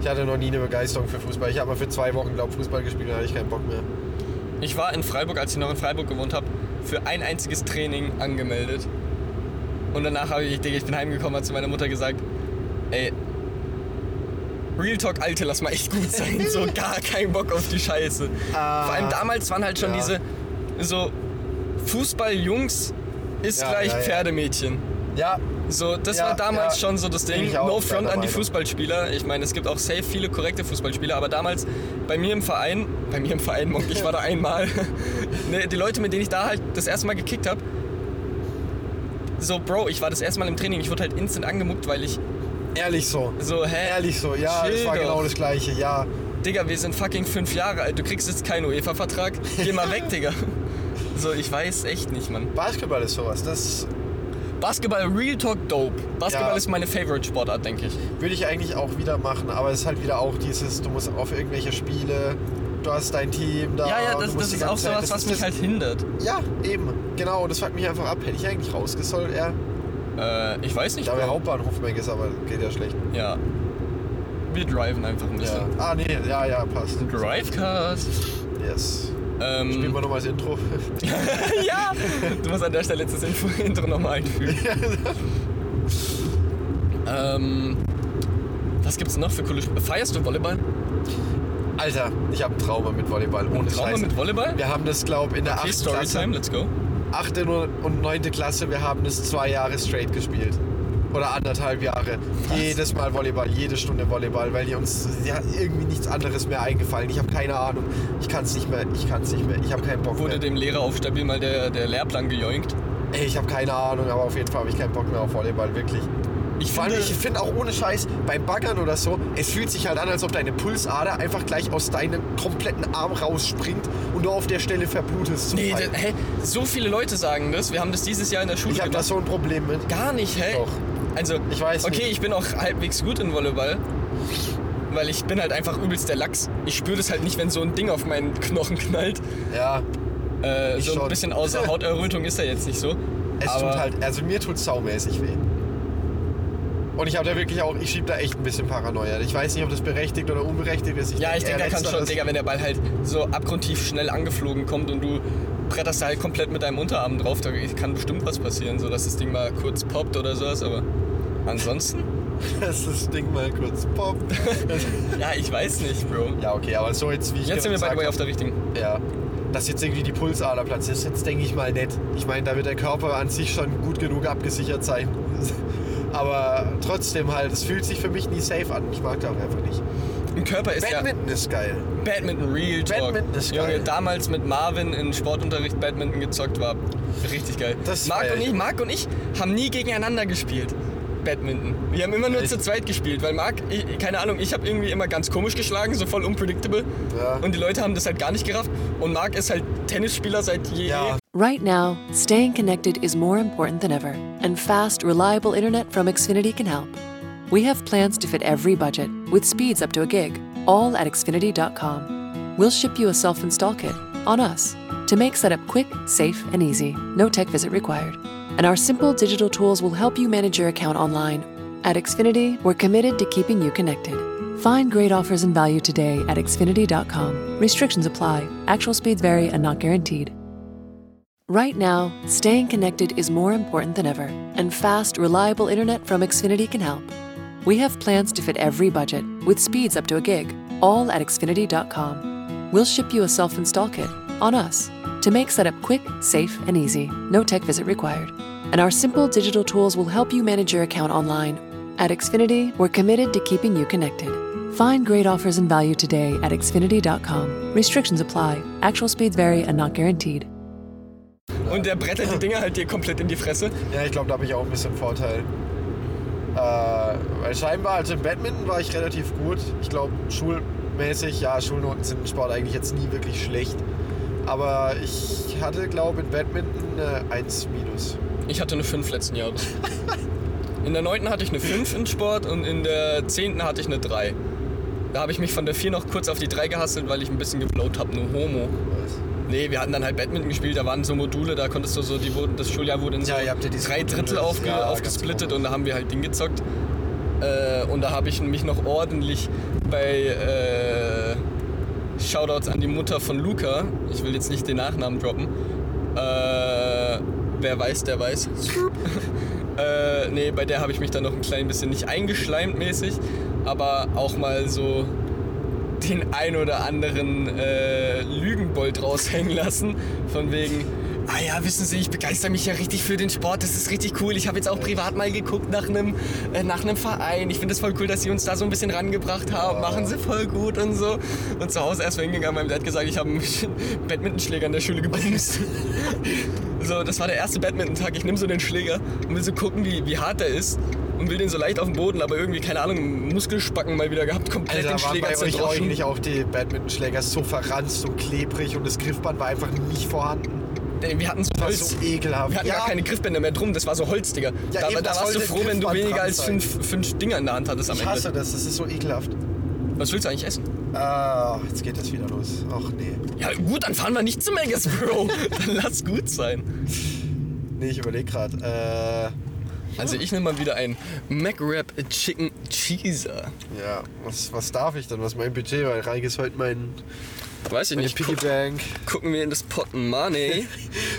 Ich hatte noch nie eine Begeisterung für Fußball. Ich habe mal für zwei Wochen, glaube Fußball gespielt, da hatte ich keinen Bock mehr.
Ich war in Freiburg, als ich noch in Freiburg gewohnt habe, für ein einziges Training angemeldet. Und danach habe ich, Digga, ich bin heimgekommen, hat zu meiner Mutter gesagt, ey, Real Talk, Alte, lass mal echt gut sein. So gar keinen Bock auf die Scheiße.
Ah.
Vor allem damals waren halt schon
Ja.
diese, so, Fußball-Jungs ist
Ja,
gleich
ja, ja.
Pferdemädchen.
Ja,
So, das
Ja,
war damals
ja.
schon so das
Bin
Ding.
ich auch
No front
deiner
an die
Meinung.
Fußballspieler. Ich meine, es gibt auch safe viele korrekte Fußballspieler, aber damals bei mir im Verein, bei mir im Verein, Monk, ich war da einmal. ne, die Leute, mit denen ich da halt das erste Mal gekickt habe, so, Bro, ich war das erste Mal im Training, ich wurde halt instant angemuckt, weil ich
ehrlich so.
so, hä?
Ehrlich so, ja,
chill
es war
doch.
genau das Gleiche, ja.
Digga, wir sind fucking fünf Jahre alt, du kriegst jetzt keinen UEFA-Vertrag. Geh mal weg, Digga. So, ich weiß echt nicht, Mann.
Basketball ist sowas. Das
Basketball, Real Talk, dope. Basketball
Ja.
ist meine Favorite-Sportart, denke ich.
würde ich eigentlich auch wieder machen, aber es ist halt wieder auch dieses, du musst auf irgendwelche Spiele, du hast dein Team da.
Ja, ja,
und du
das,
musst
das
die
ist
ganze
auch
Zeit-
sowas,
das
was
ist
mich
das-
halt hindert.
Ja, eben, genau, das fuckt mich einfach ab. Hätte ich eigentlich rausgesollt, ja.
Äh, ich weiß nicht.
Da wäre
Bro.
Hauptbahnhof weg ist, aber geht ja schlecht.
Ja. Wir driven einfach ein
Ja.
bisschen.
Ah, nee, ja, ja, passt.
Drivecast.
Yes. Spielen
Ähm,
wir nochmal das Intro.
ja! Du musst an der Stelle jetzt das Info Intro nochmal einfügen. ähm, was gibt's noch für coole Spiele? Feierst du Volleyball?
Alter, ich habe ein Trauma mit Volleyball. Ohne
Trauma
Scheiß.
mit Volleyball?
Wir haben das, glaube in der
Okay,
8. Klasse.
Storytime, let's go.
8. und 9. Klasse, wir haben das zwei Jahre straight gespielt. Oder anderthalb Jahre. Jedes Mal Volleyball, jede Stunde Volleyball, weil die uns ja, irgendwie nichts anderes mehr eingefallen. Ich habe keine Ahnung. Ich kann es nicht mehr, ich kann es nicht mehr. Ich habe keinen Bock
Wurde
mehr.
dem Lehrer auf stabil mal der, der Lehrplan gejoinkt.
Ey, ich habe keine Ahnung, aber auf jeden Fall habe ich keinen Bock mehr auf Volleyball, wirklich.
Ich
Vor allem,
finde-
ich finde auch ohne Scheiß, beim Baggern oder so, es fühlt sich halt an, als ob deine Pulsader einfach gleich aus deinem kompletten Arm rausspringt und du auf der Stelle verblutest. zum
Nee,
Teil.
das, hä? So viele Leute sagen das. Wir haben das dieses Jahr in der Schule
ich habe
gemacht.
da so ein Problem mit.
Gar nicht, hä?
Doch.
Also,
Ich weiß
Okay,
nicht.
ich bin auch halbwegs gut in Volleyball. weil ich bin halt einfach übelst der Lachs. Ich spüre das halt nicht, wenn so ein Ding auf meinen Knochen knallt.
Ja,
Äh,
Ich
so
schon.
ein bisschen außer Hauterrötung ist er jetzt nicht so.
es
aber
tut halt, also mir tut saumäßig weh. Und ich habe da wirklich auch, ich schieb da echt ein bisschen Paranoia. Ich weiß nicht, ob das berechtigt oder unberechtigt ist.
Ja, ich
denk,
denke,
eher
er kann schon,
letzteres.
Digga, wenn der Ball halt so abgrundtief schnell angeflogen kommt und du bretterst da halt komplett mit deinem Unterarm drauf, da kann bestimmt was passieren, so dass das Ding mal kurz poppt oder sowas, aber ansonsten?
Lass das Ding mal kurz pop.
ja, ich weiß nicht, Bro.
ja, okay, aber so jetzt, wie ich
Jetzt sind
gerade
wir by the
gesagt
way auf der richtigen.
hab, Ja. Dass jetzt irgendwie die Pulsader platzt, das ist jetzt denke ich mal nett. Ich meine, da wird der Körper an sich schon gut genug abgesichert sein. Aber trotzdem halt, es fühlt sich für mich nie safe an. Ich mag da auch einfach nicht.
Im Körper ist ja
Badminton ist geil.
Badminton Real Talk.
Badminton ist
Junge,
geil.
damals mit Marvin im Sportunterricht Badminton gezockt war richtig geil.
Das
Marc
feier
und
ich.
ich, Marc und ich haben nie gegeneinander gespielt. Badminton. Wir haben immer nur
Echt?
zu zweit gespielt, weil Marc, ich, keine Ahnung, ich habe irgendwie immer ganz komisch geschlagen, so voll unpredictable.
Ja.
Und die Leute haben das halt gar nicht gerafft. Und Marc ist halt Tennisspieler seit je. eh.
Ja,
Right now, staying connected is more important than ever, and fast, reliable internet from Xfinity can help. We have plans to fit every budget with speeds up to a gig, all at Xfinity.com. We'll ship you a self install kit on us to make setup quick, safe, and easy, no tech visit required. And our simple digital tools will help you manage your account online. At Xfinity, we're committed to keeping you connected. Find great offers and value today at Xfinity.com. Restrictions apply, actual speeds vary and not guaranteed. Right now, staying connected is more important than ever, and fast, reliable internet from Xfinity can help. We have plans to fit every budget with speeds up to a gig, all at Xfinity.com. We'll ship you a self install kit on us to make setup quick, safe, and easy, no tech visit required. And our simple digital tools will help you manage your account online. At Xfinity, we're committed to keeping you connected. Find great offers and value today at Xfinity.com. Restrictions apply, actual speeds vary and not guaranteed.
Und der brettert die Dinger halt dir komplett in die Fresse.
Ja, ich glaube, da habe ich auch ein bisschen Vorteil. Äh, weil scheinbar, also im Badminton war ich relativ gut. Ich glaube, schulmäßig, ja, Schulnoten sind im Sport eigentlich jetzt nie wirklich schlecht. Aber ich hatte, glaube ich, in Badminton eine 1 minus.
Ich hatte eine 5 letzten Jahres. In der 9. hatte ich eine 5 in Sport und in der 10. hatte ich eine 3. Da habe ich mich von der 4 noch kurz auf die 3 gehasselt, weil ich ein bisschen geblowt habe, nur Homo.
Also,
Nee, wir hatten dann halt Badminton gespielt, da waren so Module, da konntest du so, die wurden, das Schuljahr wurde in so
Ja, ihr habt ja diese
drei
Module,
Drittel
das-
aufge,
ja, ganz genau.
aufgesplittet
komisch.
und da haben wir halt Ding gezockt. Äh, und da habe ich mich noch ordentlich bei äh, Shoutouts an die Mutter von Luca, ich will jetzt nicht den Nachnamen droppen, äh, wer weiß, der weiß. äh, nee, bei der habe ich mich dann noch ein klein bisschen nicht eingeschleimt mäßig, aber auch mal so den ein oder anderen äh, Lügenbold raushängen lassen. Von wegen, ah ja, wissen Sie, ich begeister mich ja richtig für den Sport, das ist richtig cool. Ich habe jetzt auch privat mal geguckt nach einem äh, nach einem Verein. Ich finde es voll cool, dass Sie uns da so ein bisschen rangebracht haben. Machen Sie voll gut und so. Und zu Hause erst mal hingegangen, meinem Dad gesagt, ich habe einen Badmintonschläger in der Schule gebumst. So, das war der erste Badminton-Tag. Ich nehme so den Schläger und will so gucken, wie, wie hart er ist. Und will den so leicht auf den Boden, aber irgendwie, keine Ahnung, Muskelspacken mal wieder gehabt, komplett
Alter,
den
waren
Schläger
bei euch
zerdroschen.
eigentlich auch die Badmintonschläger so verranzt und klebrig und das Griffband war einfach nicht vorhanden.
Ey, wir hatten so
Das war
Holz.
so ekelhaft.
wir hatten
ja,
gar keine Griffbänder mehr drum, das war so Holz, Digga.
Ja,
da
eben,
da
das
warst du
sollte
froh, wenn du
Griffband
weniger
dran
als
sein.
fünf, fünf Dinger in der Hand hattest am
ich
Ende.
hasse das, das ist so ekelhaft.
Was willst du eigentlich essen?
Ah, jetzt geht das wieder los. Ach nee.
Ja gut, dann fahren wir nicht zu Megas, Bro. dann lass gut sein.
Nee, ich überlege gerade. Äh.
Also ich nehme mal wieder einen McWrap Chicken Cheeser.
Ja, was, was darf ich denn? Was ist mein Budget? Weil Reik ist heute mein
Weiß ich
meine
nicht.
Piggy
Guck,
Bank.
gucken wir in das Pot Money.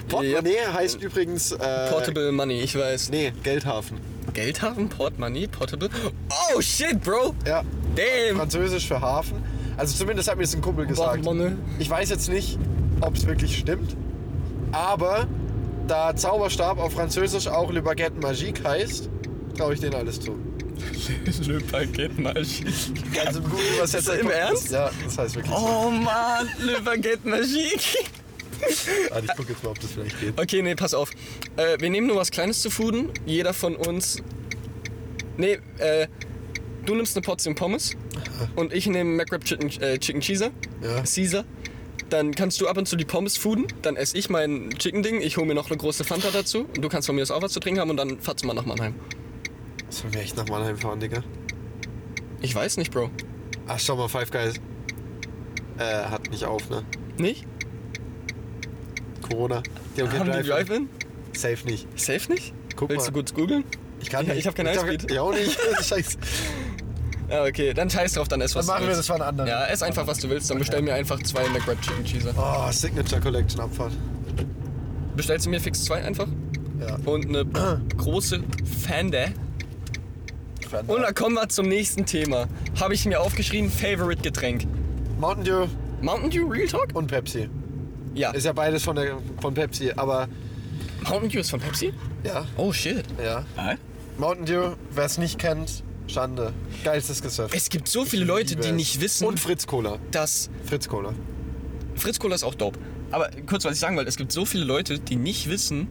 Portemonnaie heißt übrigens. Äh,
Portable Money, ich weiß.
Nee, Geldhafen.
Geldhafen, Port Money, Portable. Oh shit, Bro.
Ja.
Damn.
Französisch für Hafen. Also zumindest hat mir das ein Kumpel gesagt.
Portemonnaie.
Ich weiß jetzt nicht, ob es wirklich stimmt. Aber da Zauberstab auf Französisch auch Le Baguette Magique heißt, glaube ich denen alles zu.
Le Paquet Magique.
Also im Google
Ist
Übersetzer-
das im Ernst?
Ja, das heißt wirklich. so.
Oh man, Le Baguette Magique.
Warte, ich gucke jetzt mal, ob das vielleicht geht.
Okay, nee, pass auf. Äh, wir nehmen nur was Kleines zu Fuden. Jeder von uns. Nee, äh, du nimmst eine Portion Pommes und ich nehme McRib Chicken, äh, Chicken Cheeser.
Ja.
Caesar. Dann kannst du ab und zu die Pommes fuden, dann esse ich mein Chicken-Ding, ich hole mir noch eine große Fanta dazu und du kannst von mir aus auch was zu trinken haben und dann fahrt's mal nach Mannheim.
Sollen wir echt nach Mannheim fahren, Digga?
Ich weiß nicht, Bro.
Ach, schau mal, Five Guys. Äh, hat nicht auf, ne?
Nicht?
Corona. Die haben kein
Haben die
Drive.
Drive-In?
Safe nicht.
Safe nicht?
Guck
Willst
mal.
du kurz googeln?
Ich kann
Ich-
nicht.
ich hab kein Highspeed.
Ja, auch nicht. Scheiße.
Ja, okay, dann scheiß drauf, dann ess was
Dann machen
du
wir
willst.
das wann anderen.
Ja, ess einfach was du willst, dann bestell mir einfach zwei McRib Chicken Cheeser.
Oh, Signature Collection Abfahrt.
Bestellst du mir fix zwei einfach?
Ja.
Und eine große Fande. Und dann kommen wir zum nächsten Thema. Habe ich mir aufgeschrieben, Favorite Getränk.
Mountain Dew
Mountain Dew Real Talk?
und Pepsi.
Ja.
Ist ja beides von, der, von Pepsi, aber
Mountain Dew ist von Pepsi?
ja,
Oh shit.
ja. Mountain Dew, wer es nicht kennt, Schande. Geilstes Gesöff.
Es gibt so viele Leute, die nicht wissen,
Und Fritz Cola.
dass
Fritz Cola.
Fritz Cola ist auch dope. Aber kurz, was ich sagen wollte, es gibt so viele Leute, die nicht wissen,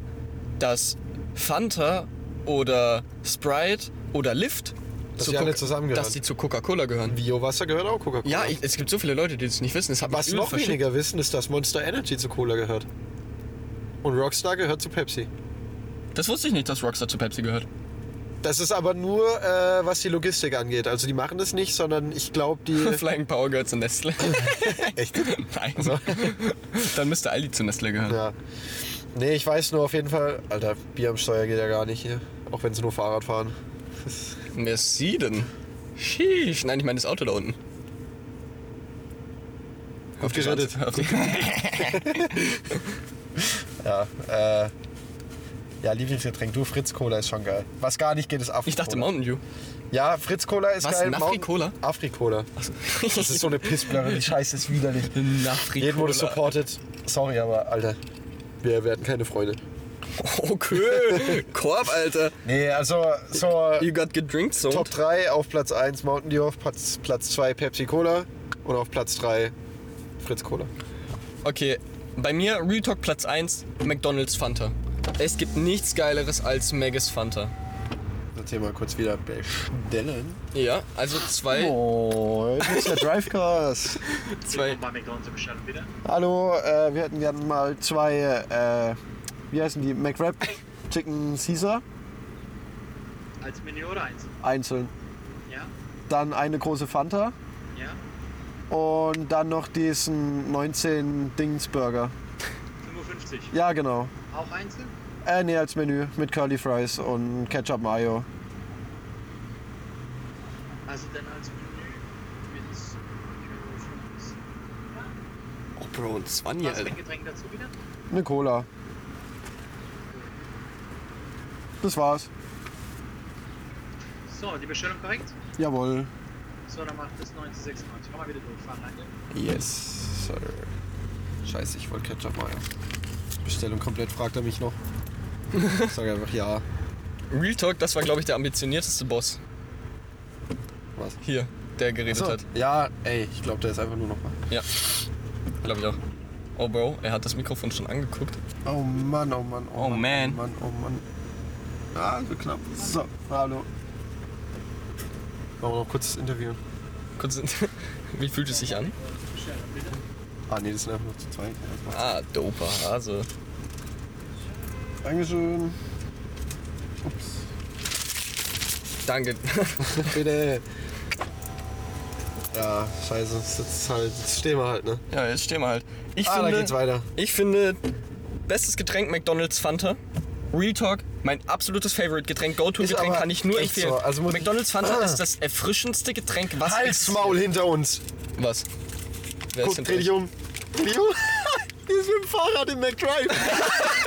dass Fanta oder Sprite oder Lift
Dass die alle
Coca-
zusammengehören.
dass die zu Coca-Cola gehören.
Biowasser gehört auch Coca-Cola.
Ja, ich, es gibt so viele Leute, die das nicht wissen. Das hat mich
Was
übel
noch
verschickt.
weniger wissen, ist, dass Monster Energy zu Cola gehört. Und Rockstar gehört zu Pepsi.
Das wusste ich nicht, dass Rockstar zu Pepsi gehört.
Das ist aber nur, äh, was die Logistik angeht. Also die machen das nicht, sondern ich glaube, die...
Flying Power gehört zu Nestle. Also.
Echt?
Nein. Dann müsste Aldi zu Nestle gehören.
Ja. Nee, ich weiß nur auf jeden Fall... Alter, Bier am Steuer geht ja gar nicht hier. Auch wenn sie nur Fahrrad fahren.
Wer ist sie denn? Sheesh. Nein, ich meine das Auto da unten. Auf die
gerettet.
Schwarze- Auf die
Ja, äh, ja, Lieblingsgetränk. Du, Fritz Cola ist schon geil. Was gar nicht geht, ist Afri
ich dachte Mountain Dew.
Ja, Fritz Cola ist
Was,
geil.
ein Afri-Cola?
Afri-Cola.
Das
Das ist so eine Piss...
Mountain- Die Scheiße ist widerlich.
Jeden wurde supported.
Sorry, aber Alter.
Wir werden keine Freunde.
Okay. Korb, Alter.
Nee, also so
You got gedrinkt so.
Top 3 auf Platz 1 Mountain Dew, auf Platz 2 Pepsi Cola und auf Platz 3 Fritz Cola.
Okay, bei mir Real Talk Platz 1, McDonald's Fanta. Es gibt nichts geileres als Maggis Fanta.
Das Thema kurz wieder bestellen.
Ja, also zwei,
Oh, jetzt ist der Drivecast.
zwei
Mal McDonalds bestellen, bitte.
Hallo, äh, wir hätten gerne mal zwei, äh, wie heißen die? McWrap Chicken Caesar
Als Menü oder eins?
einzeln.
Ja,
Dann eine große Fanta
ja.
und dann noch diesen 19 Dingsburger.
55.
Ja, genau.
Auch einzeln?
Äh, nee, als Menü mit Curly Fries und Ketchup Mayo.
Also dann als Menü mit Currywurst.
Oh, Bro, ein Zwanni,
Was für
Alter.
ein Getränk dazu wieder?
Eine Cola. Das war's.
So, die Bestellung korrekt?
Jawohl.
So, dann macht das 1996. Komm mal wieder durch, fahren rein.
Yes, sir. Scheiße, ich wollte Ketchup mal. Bestellung komplett fragt er mich noch. Ich sage einfach ja.
Real Talk, das war, glaube ich, der ambitionierteste Boss.
Was?
Hier, der geredet hat.
Ja, ey, ich glaube, der ist einfach nur noch mal.
Ja, glaube ich auch. Oh, Bro, er hat das Mikrofon schon angeguckt.
Oh Mann, oh Mann,
Oh,
Oh
man.
Mann, oh Mann. Ah, so knapp. So, hallo.
Machen wir noch kurz das Interview.
Kurz, wie fühlt es sich an?
Ah, nee, das sind einfach nur zu zweit.
Ah, doper Hase.
Dankeschön.
Danke.
Bitte. Ja, scheiße, jetzt, halt, jetzt stehen wir halt, ne?
Ja, jetzt stehen wir halt. Ich
Ah, da
finde,
geht's weiter.
Ich finde, bestes Getränk McDonald's Fanta. Real Talk, mein absolutes Favorite Getränk,
Ist
Go-To-Getränk
aber
kann ich nur
echt
empfehlen.
so, also muss ich-
McDonald's Fanta ist das erfrischendste Getränk, was
Halt's
existiert.
Maul hinter uns!
Was? Wer
Guck,
ist
dreh dich
hinter
um. Dreh dich um. Die ist mit dem Fahrrad im McDrive.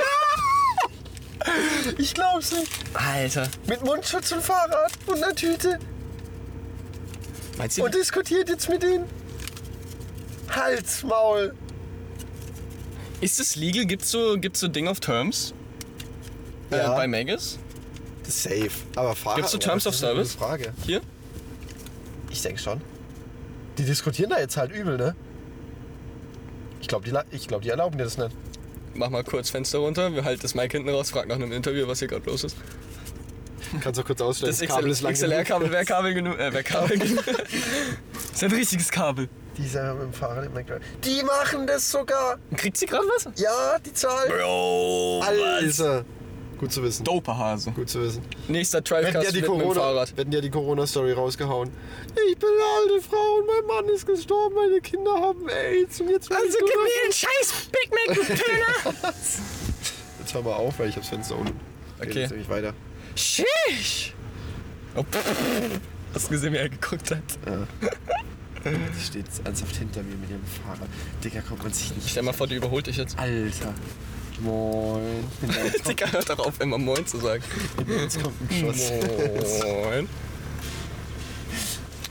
ich glaub's nicht.
euch? Alter,
Mit Mundschutz und Fahrrad und einer Tüte.
meinst du?
Und diskutiert jetzt mit denen. Halt's Maul.
ist es legal? Gibt's so, gibt's so Ding of Terms?
Ja.
Äh, bei Magus?
Safe. Aber Fahrrad.
Gibt's so Terms of
das ist eine gute
Service?
Frage.
Hier?
Ich denke schon. Die diskutieren da jetzt halt übel, ne? Ich glaube, die, la- ich glaub, die erlauben dir das nicht.
Mach mal kurz Fenster runter, wir halten das Mic hinten raus, frag nach einem Interview, was hier gerade los ist.
Kannst du kurz ausstellen.
Das XLR-Kabel, wer Kabel genug? Äh, wer Kabel genug? ist ein richtiges Kabel.
Dieser mit dem Fahrrad im McDrive. Die machen das sogar.
Kriegt sie gerade was?
Ja, die Zahlen.
Bro,
Alter. Gut zu wissen.
Doper Hase.
Gut zu wissen.
Nächster
Wir hätten
Trivecast
ja die
mit dem
Corona,
Fahrrad.
wir hätten ja die Corona-Story rausgehauen. Ich bin eine alte Frau und mein Mann ist gestorben, meine Kinder haben AIDS und jetzt Also gib mir den scheiß Big Mac, du Töner! jetzt hör mal auf, weil ich hab's Fenster unten. Geht
Okay.
Jetzt nämlich weiter.
Sheesh! Oh, pff. Hast du gesehen, wie er geguckt hat?
Die steht ernsthaft hinter mir mit ihrem Fahrrad. Digga, kommt man sich nicht.
Stell mal vor, die überholt dich jetzt.
Alter. Moin.
Dicker hört doch auf, immer Moin zu sagen.
Jetzt kommt ein Schuss.
Moin.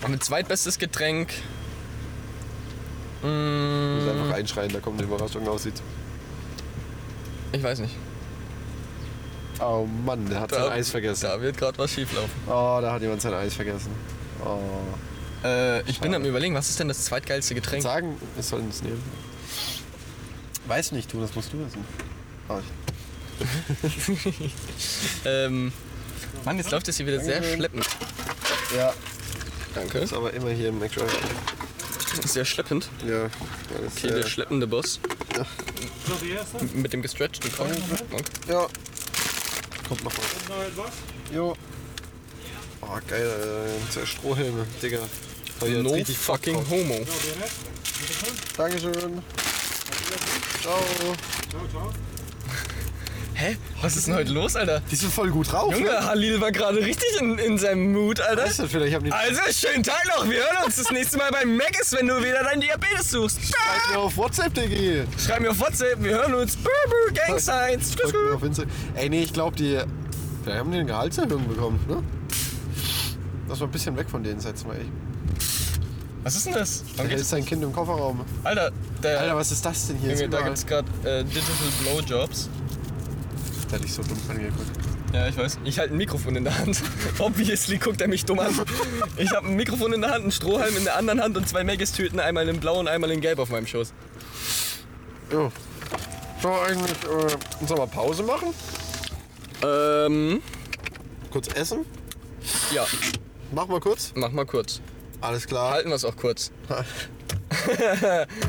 Und mein zweitbestes Getränk. Hm,
Ich muss einfach einschreien, da kommt eine Überraschung aussieht.
Ich weiß nicht.
Oh Mann, der hat sein Eis vergessen.
Da wird gerade was schieflaufen.
Oh, da hat jemand sein Eis vergessen. Oh.
Äh, ich bin am Überlegen, was ist denn das zweitgeilste Getränk?
Sagen, wir sollen es nehmen. Weiß nicht, du, das musst du wissen. Oh, ich-
Ähm, Mann, jetzt läuft das hier wieder sehr schleppend.
ja,
Danke.
ist aber immer hier im McDrive.
Sehr schleppend.
Ja, äh,
Okay, der schleppende Boss.
So, die erste?
Mit dem gestretchten Kopf. Okay.
ja. Kommt noch was.
Noch etwas?
Jo. Oh, geil, äh, zwei Strohhelme, Digga. Hab ich jetzt
No
richtig Bock
fucking
drauf.
homo.
So, die erste? Bitteschön.
Dankeschön. Ciao.
Ciao, ciao.
Hä? Was ist denn heute los, Alter?
Die sind voll gut drauf, ne?
Junge, Halil war gerade richtig in, in seinem Mood, Alter.
Weißt du, vielleicht haben die
Also, schönen Tag noch. Wir hören uns das nächste Mal beim Mac ist, wenn du wieder dein Diabetes suchst.
Schreibt mir auf WhatsApp, Diggi.
Schreib mir auf WhatsApp, wir hören uns. Brr, brr, Gang Signs. Tschüss,
Folgt mir
tschüss.
auf Insta. Ey, nee, ich glaube, die. Vielleicht haben die eine Gehaltserhöhung bekommen, ne? Lass mal ein bisschen weg von denen setzen, weil ich.
Was ist denn das?
Da
Warum geht's?
ist dein Kind im Kofferraum.
Alter, der,
Alter, was ist das denn hier?
Junge,
Ist
da
überall-
gibt's gerade äh, Digital Blowjobs.
Da hätte ich so dumm angeguckt.
Ja, ich weiß. Ich halte ein Mikrofon in der Hand. Obviously guckt er mich dumm an. Ich habe ein Mikrofon in der Hand, einen Strohhalm in der anderen Hand und zwei Maggis-Tüten, einmal in blau und einmal in gelb auf meinem Schoß.
Jo. Sollen wir eigentlich äh, sollen wir Pause machen?
Ähm,
Kurz essen?
ja,
Mach mal kurz.
mach mal kurz.
Alles klar.
Halten wir es auch kurz.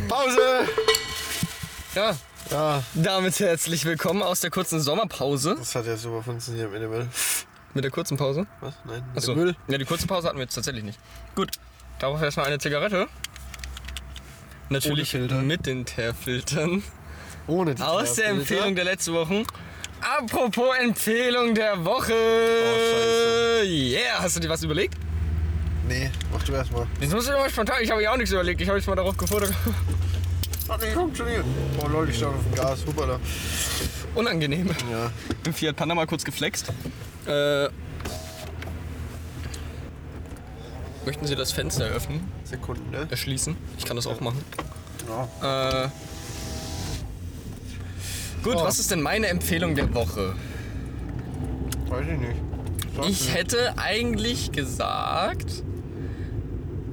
Pause!
Ja,
Ja,
damit herzlich willkommen aus der kurzen Sommerpause.
das hat ja super funktioniert mit dem Müll.
Mit der kurzen Pause.
Was? Nein, mit
Achso.
dem Müll.
Ja, die kurze Pause hatten wir jetzt tatsächlich nicht. Gut, darauf erstmal eine Zigarette. Natürlich
Ohne Filter.
mit den Teerfiltern.
Ohne die
Aus der
Teerfilter.
Empfehlung der letzten Wochen. Apropos Empfehlung der Woche.
Oh,
yeah, hast du dir was überlegt?
Nee, mach du erstmal.
Das muss ich mal spontan. Ich habe ja auch nichts überlegt. Ich habe jetzt mal darauf gefordert.
Hat nicht funktioniert. Oh Leute, ich stand auf dem Gas. Hoppala.
Unangenehm.
Ja.
Im Fiat Panda mal kurz geflext. Äh, möchten Sie das Fenster öffnen,
Sekunden, ne?
erschließen? Ich kann das auch machen.
Ja.
Äh, gut,
Oh.
was ist denn meine Empfehlung der Woche?
Weiß ich nicht. Sag
Ich
mir.
hätte eigentlich gesagt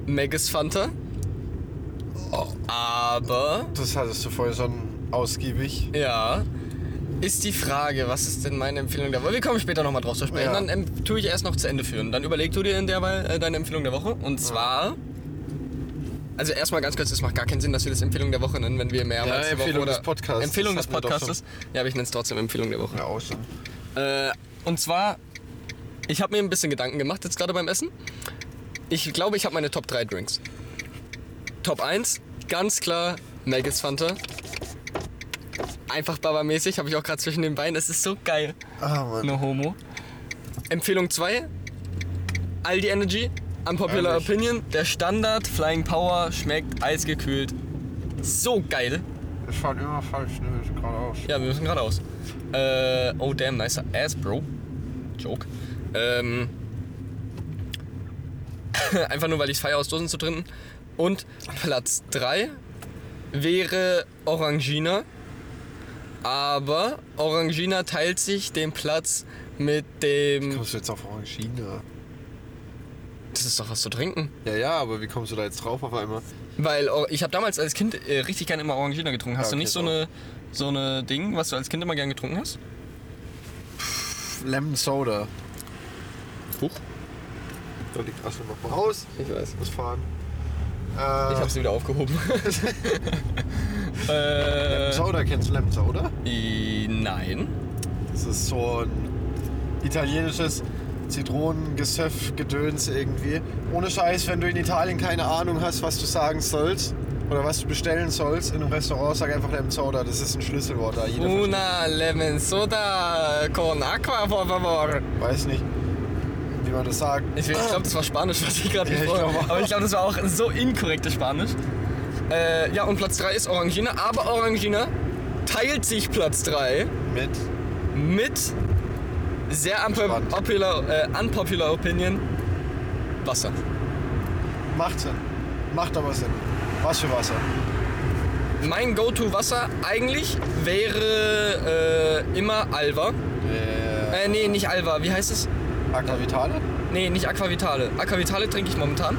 Megas Fanta.
Oh.
Aber
Das hattest du vorher schon ausgiebig.
ja, ist die Frage, was ist denn meine Empfehlung der Woche? Wir kommen später nochmal drauf zu sprechen.
Ja.
Dann ähm, tue ich erst noch zu Ende führen. Dann überleg du dir in derweil äh, deine Empfehlung der Woche. Und zwar. Also erstmal ganz kurz, es macht gar keinen Sinn, dass wir das Empfehlung der Woche nennen, wenn wir mehrmals
Ja,
die Woche
Empfehlung
oder-
des Podcasts.
Empfehlung
Das
des
hatten wir doch
Podcastes. Ja, aber ich nenne es trotzdem Empfehlung der Woche.
Ja, auch schon.
Äh, und zwar, ich habe mir ein bisschen Gedanken gemacht, jetzt gerade beim Essen. Ich glaube, ich habe meine Top 3 Drinks. Top 1, ganz klar, Maggis Fanta. Einfach Baba-mäßig, habe ich auch gerade zwischen den Beinen. Es ist so geil.
Ah, Mann.
No homo. Empfehlung 2, Aldi Energy. Unpopular
Ehrlich?
Opinion, der Standard Flying Power schmeckt eisgekühlt. So geil.
Ich fand immer falsch, ne? Ich geradeaus.
Ja, wir müssen geradeaus. Äh, oh damn, nicer ass, bro. Joke. Ähm, einfach nur, weil ich es feier aus Dosen zu trinken. Und Platz 3 wäre Orangina. Aber Orangina teilt sich den Platz mit dem...
Kommst du jetzt auf Orangina?
Das ist doch was zu trinken.
Ja, ja, aber wie kommst du da jetzt drauf auf einmal?
Weil Or- ich habe damals als Kind äh, richtig gerne immer Orangina getrunken. Hast
Ja,
du
okay,
nicht so
doch.
eine, so eine Ding, was du als Kind immer gern getrunken hast?
Lemon Soda.
Huch.
Da liegt Asche noch mal raus.
Ich weiß.
Muss fahren. Äh,
Ich habe sie wieder aufgehoben.
Lemon
äh,
Äh, Soda kennst du Lemon Soda?
i- nein.
Es ist so ein italienisches Zitronengesöff-Gedöns irgendwie. Ohne Scheiß, wenn du in Italien keine Ahnung hast, was du sagen sollst oder was du bestellen sollst in einem Restaurant, sag einfach Lemon Soda. Das ist ein Schlüsselwort da. Jeder versteht-
Una lemon soda con acqua, por favor.
weiß nicht, wie man das sagt.
Ich, will- ich glaube, das war Spanisch, was ich gerade
Ja,
nicht
ich
wollte.
glaub auch.
Aber ich glaube, das war auch so inkorrektes Spanisch. Äh, ja, und Platz 3 ist Orangina, aber Orangina teilt sich Platz 3
Mit
mit sehr unpo-
Spannend.
popular, äh, unpopular Opinion Wasser.
macht Sinn. Macht aber Sinn. Was für Wasser.
Mein Go-To-Wasser eigentlich wäre äh, immer Alva.
Äh,
Äh, nee, nicht Alva. Wie heißt es?
Aqua Vitale?
Nee, nicht Aquavitale. Aquavitale trinke ich momentan.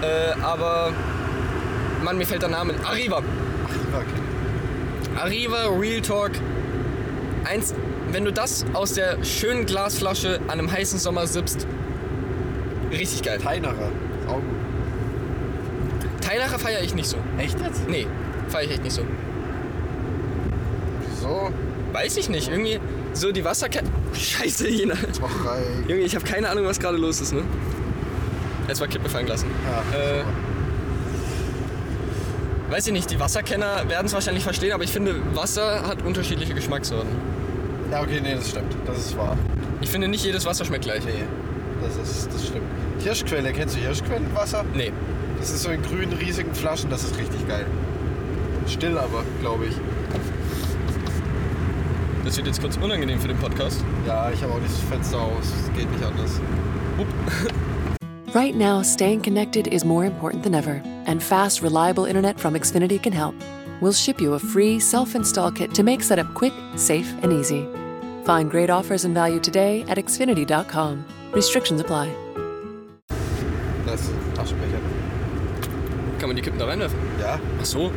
Äh, aber. Mann, mir fällt der Name. Arriva.
Okay.
Arriva Real Talk. Eins, wenn du das aus der schönen Glasflasche an einem heißen Sommer sippst, richtig geil.
Feinere. Ist auch gut.
Teilhacher feiere ich nicht so.
Echt jetzt?
Nee, feiere ich echt nicht so.
Wieso?
Weiß ich nicht. Irgendwie so die Wasserkette. Scheiße, Jena.
Och, ey.
Junge, ich habe keine Ahnung, was gerade los ist, ne? Jetzt war Kippe fallen lassen.
Ja,
Äh,
super.
Weiß ich nicht, die Wasserkenner werden es wahrscheinlich verstehen, aber ich finde, Wasser hat unterschiedliche Geschmackssorten.
ja, okay, nee, das stimmt. Das ist wahr.
Ich finde, nicht jedes Wasser schmeckt gleich.
Nee, das ist, das stimmt. Hirschquelle, kennst du Hirschquellenwasser?
Nee.
Das ist so in grünen, riesigen Flaschen, das ist richtig geil. Still aber, glaube ich.
Das wird jetzt kurz unangenehm für den Podcast.
Ja, ich habe auch nicht das Fenster aus, es geht nicht anders.
Right now, staying connected is more important than ever, and fast, reliable internet from Xfinity can help. We'll ship you a free self install kit to make setup quick, safe, and easy. Find great offers and value today at Xfinity.com. Restrictions apply.
Das ist ein Aschenbecher.
Kann man die Kippen da reinwerfen?
Ja?
Ach so.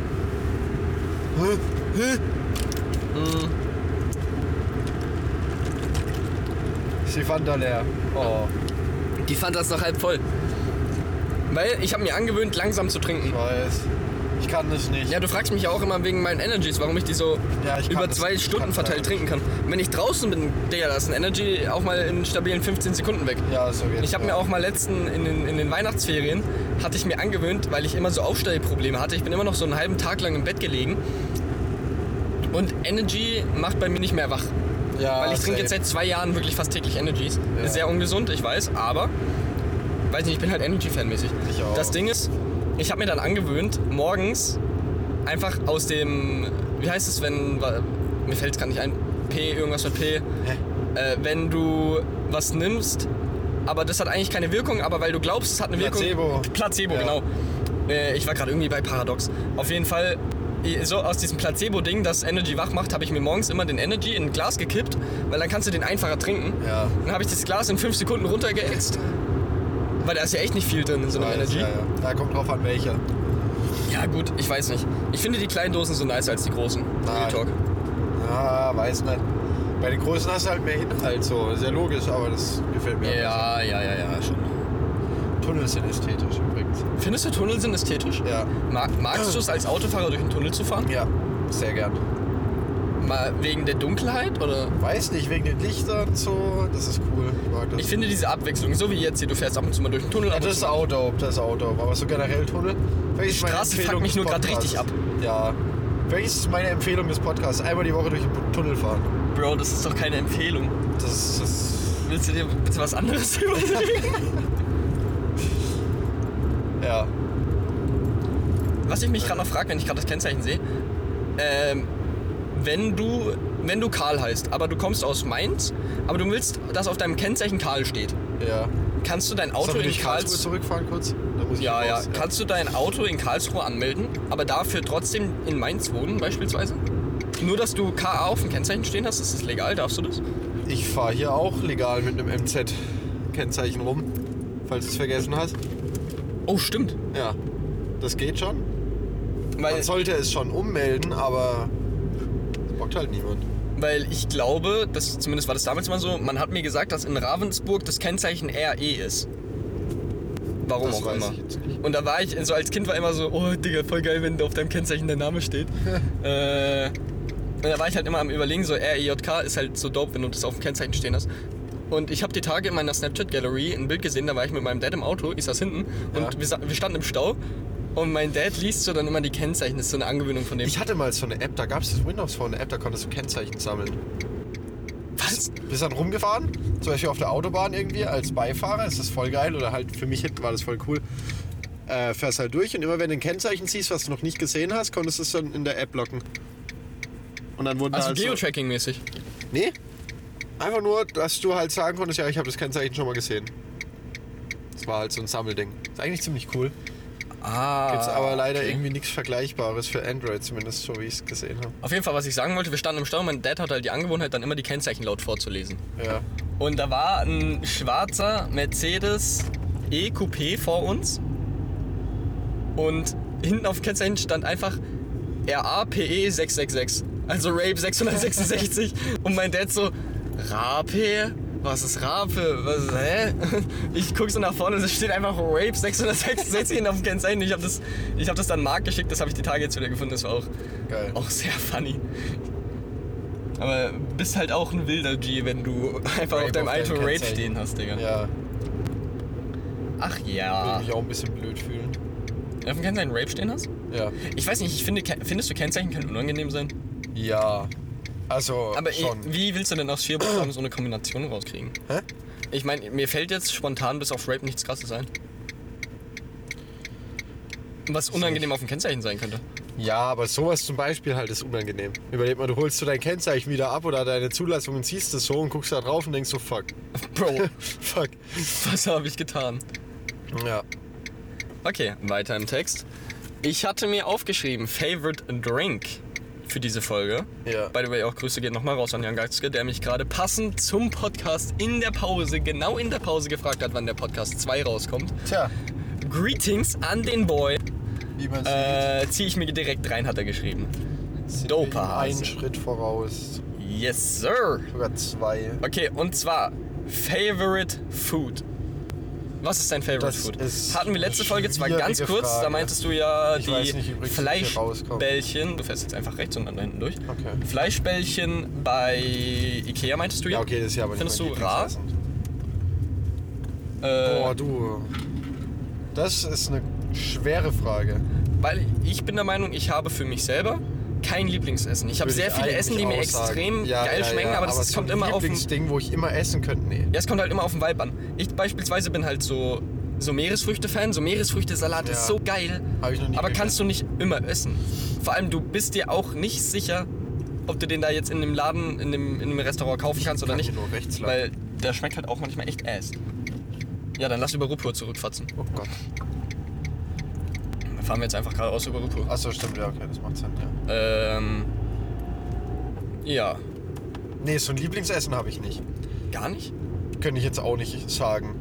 Hä? Hä? Hm. Sie fand da leer. Oh,
Die Fanta ist noch halb voll. Weil ich habe mir angewöhnt, langsam zu
ich
trinken.
weiß. Ich kann das nicht.
Ja, du fragst mich ja auch immer wegen meinen Energies, warum ich die so
Ja, ich kann
über
das-
zwei
ich
Stunden
kann
verteilt
das.
trinken kann. Wenn ich draußen bin, Digga, da ist ein Energy auch mal in stabilen 15 Sekunden weg.
Ja, so geht's.
Ich habe mir auch mal letzten, in den, in den Weihnachtsferien, hatte ich mir angewöhnt, weil ich immer so Aufstellprobleme hatte. Ich bin immer noch so einen halben Tag lang im Bett gelegen. Und Energy macht bei mir nicht mehr wach.
Ja,
Weil ich trinke
safe.
jetzt seit zwei Jahren wirklich fast täglich Energies.
Ja.
Sehr ungesund, ich weiß, aber weiß nicht, ich bin halt Energy-Fan-mäßig.
Ich auch.
Das Ding ist, ich habe mir dann angewöhnt, morgens einfach aus dem, wie heißt es, wenn, wa- mir fällt es gerade nicht ein, P, irgendwas mit P,
Hä?
äh, wenn du was nimmst, aber das hat eigentlich keine Wirkung, aber weil du glaubst, es hat eine Wirkung.
Placebo.
Placebo,
Ja.
genau. Äh, ich war gerade irgendwie bei Paradox. Auf jeden Fall, eh, so aus diesem Placebo-Ding, das Energy wach macht, habe ich mir morgens immer den Energy in ein Glas gekippt, weil dann kannst du den einfacher trinken.
Ja.
Dann habe ich das Glas in fünf Sekunden runtergeätzt. Weil da ist ja echt nicht viel drin in so
Ich
einer
weiß,
Energy. Ja,
Ja, ja. Da kommt drauf an welcher.
gut, ich weiß nicht. Ich finde die kleinen Dosen sind nicer als die großen. Real
Nein.
Talk.
Ah, weiß nicht. Bei den Größen hast du halt mehr Inhalt so. Sehr logisch, aber das gefällt mir.
Ja, ja, ja, ja, schon.
Tunnel sind ästhetisch übrigens.
Findest du Tunnel sind ästhetisch?
Ja.
Mag, magst du es als Autofahrer durch einen Tunnel zu fahren?
Ja, sehr gern.
Mal wegen der Dunkelheit oder?
Weiß nicht, wegen den Lichtern so. Das ist cool. Ich mag das.
Ich finde diese Abwechslung, so wie jetzt hier, du fährst ab und zu mal durch den Tunnel.
Ja,
ab und
das ist
zu mal-
auch dope, das ist auch dope. Aber so generell Tunnel. Die
Straße fuckt mich nur grad richtig ab.
Ja. Welches ist meine Empfehlung des Podcasts? Einmal die Woche durch den Tunnel fahren.
Bro, das ist doch keine Empfehlung.
Das ist. Das,
Willst du dir bitte was anderes überlegen?
ja.
was ich mich gerade noch frage, wenn ich gerade das Kennzeichen sehe, ähm, wenn du, wenn du Karl heißt, aber du kommst aus Mainz, aber du willst, dass auf deinem Kennzeichen Karl steht,
Ja.
kannst du dein
Sollen
Auto
wir
in
durch Karlsruhe
Karlsruhe
zurückfahren kurz? Da muss ich
ja, ja.
raus.
Kannst du dein Auto in Karlsruhe anmelden, aber dafür trotzdem in Mainz wohnen beispielsweise? Nur, dass du KA auf dem Kennzeichen stehen hast, ist das legal? Darfst du das?
Ich fahre hier auch legal mit einem MZ-Kennzeichen rum, falls du es vergessen hast.
Oh, stimmt.
Ja, das geht schon.
Weil,
Man sollte es schon ummelden, aber das bockt halt niemand.
weil ich glaube, das, zumindest war das damals mal so, man hat mir gesagt, dass in Ravensburg das Kennzeichen RE ist. Warum
Das
auch
weiß
immer.
ich jetzt nicht.
Und da war ich, so als Kind war immer so, oh Digga, voll geil, wenn auf deinem Kennzeichen dein Name steht. äh, da war ich halt immer am überlegen, so REJK ist halt so dope, wenn du das auf dem Kennzeichen stehen hast. Und ich habe die Tage in meiner Snapchat-Gallery ein Bild gesehen, da war ich mit meinem Dad im Auto, ich saß hinten und wir, sa- wir standen im Stau. Und mein Dad liest so dann immer die Kennzeichen, das ist so eine Angewöhnung von dem.
Ich hatte mal so eine App, da gab es das Windows Phone, eine App, da konntest du Kennzeichen sammeln.
was?
Bist dann rumgefahren, zum Beispiel auf der Autobahn irgendwie als Beifahrer, ist das voll geil oder halt für mich hinten war das voll cool. Äh, fährst halt durch und immer wenn du ein Kennzeichen siehst, was du noch nicht gesehen hast, konntest du es dann in der App locken. Und dann wurden da
Also
halt so-
Geotracking-mäßig.
Nee. Einfach nur, dass du halt sagen konntest, ja, ich habe das Kennzeichen schon mal gesehen. Das war halt so ein Sammelding. Ist eigentlich ziemlich cool.
Ah.
Gibt's aber leider
okay.
irgendwie nichts Vergleichbares für Android, zumindest so wie ich es gesehen habe.
Auf jeden Fall, was ich sagen wollte, wir standen im Stau, mein Dad hatte halt die Angewohnheit, dann immer die Kennzeichen laut vorzulesen.
Ja.
Und da war ein schwarzer Mercedes E-Coupé vor uns. Und hinten auf dem Kennzeichen stand einfach RAPE 666. Also Rape 666. Und mein Dad so, Rape? Was ist Rape? Was, hä? Ich guck so nach vorne und es steht einfach Rape 666 hinten auf dem Kennzeichen. Ich habe das, ich hab das dann Marc geschickt, das habe ich die Tage jetzt wieder gefunden. Das war auch,
Geil.
auch sehr funny. Aber bist halt auch ein wilder G, wenn du einfach
Rape
auf deinem
auf deinem
Auto Rape
Kennzeichen.
stehen hast, Digga.
Ja,
Ach
würde
ja.
mich auch ein bisschen blöd fühlen.
Auf dem Kennzeichen Rape stehen hast?
Ja.
Ich weiß nicht, ich finde, Ke- findest du Kennzeichen können unangenehm sein?
Ja. Also
Aber eh,
schon.
wie willst du denn aus vier Buchstaben so eine Kombination rauskriegen?
Hä?
Ich meine, mir fällt jetzt spontan bis auf Rape nichts krasses ein. Was unangenehm auf dem Kennzeichen sein könnte.
Ja, aber sowas zum Beispiel halt ist unangenehm. Überleg mal, du holst so dein Kennzeichen wieder ab oder deine Zulassung und siehst es so und guckst da drauf und denkst so, fuck,
Bro,
fuck.
was habe ich getan?
Ja.
Okay, weiter im Text. Ich hatte mir aufgeschrieben, Favorite Drink für diese Folge.
Ja.
By the way, auch Grüße gehen nochmal raus an Jan Gatzke, der mich gerade passend zum Podcast in der Pause, genau in der Pause gefragt hat, wann der Podcast 2 rauskommt.
Tja,
Greetings an den Boy.
wie man
Äh, zieh ich mir direkt rein, hat er geschrieben.
sieht,
Dopa Hase.
ein Schritt voraus,
Yes, sir.
sogar zwei.
Okay, und zwar Favorite Food. Was ist dein Favorite
Das
Food?
ist
Hatten wir letzte
eine
Folge zwar ganz
schwierige
kurz, da
Frage.
meintest du ja
Ich
die
weiß nicht übrigens, wie ich hier rauskomme.
Fleischbällchen. Du fährst jetzt einfach rechts und dann da hinten durch.
Okay.
Fleischbällchen bei Ikea meintest du ja?
Ja, okay, das ist ja aber
Findest
nicht
du rar?
Boah,
Äh,
du. Das ist eine schwere Frage.
weil ich bin der Meinung, ich habe für mich selber kein Lieblingsessen. Ich habe
Würde
sehr
ich
viele
eigentlich
Essen, die mir
auch sagen.
extrem
Ja,
geil
ja,
schmecken,
ja,
aber das
so
kommt
ein
immer auf den
Lieblingsding, wo ich immer essen könnte, nee.
Ja, es kommt halt immer auf den Vibe an. Ich beispielsweise bin halt so, so Meeresfrüchte-Fan. So Meeresfrüchte-Salat
Ja.
ist so geil.
Hab ich noch nie
aber kannst du nicht immer essen. Vor allem, du bist dir auch nicht sicher, ob du den da jetzt in dem Laden, in dem, in dem Restaurant kaufen kannst oder
kann
nicht.
hier nur rechts lang.
weil der schmeckt halt auch manchmal echt ass. Ja, dann lass über Ruppur zurückfatzen.
Oh Gott.
Dann fahren wir jetzt einfach geradeaus über Ruppur.
Achso, stimmt, ja, okay, das macht Sinn, ja.
Ähm. Ja.
Nee, so ein Lieblingsessen habe ich nicht.
Gar nicht?
Könnte ich jetzt auch nicht sagen.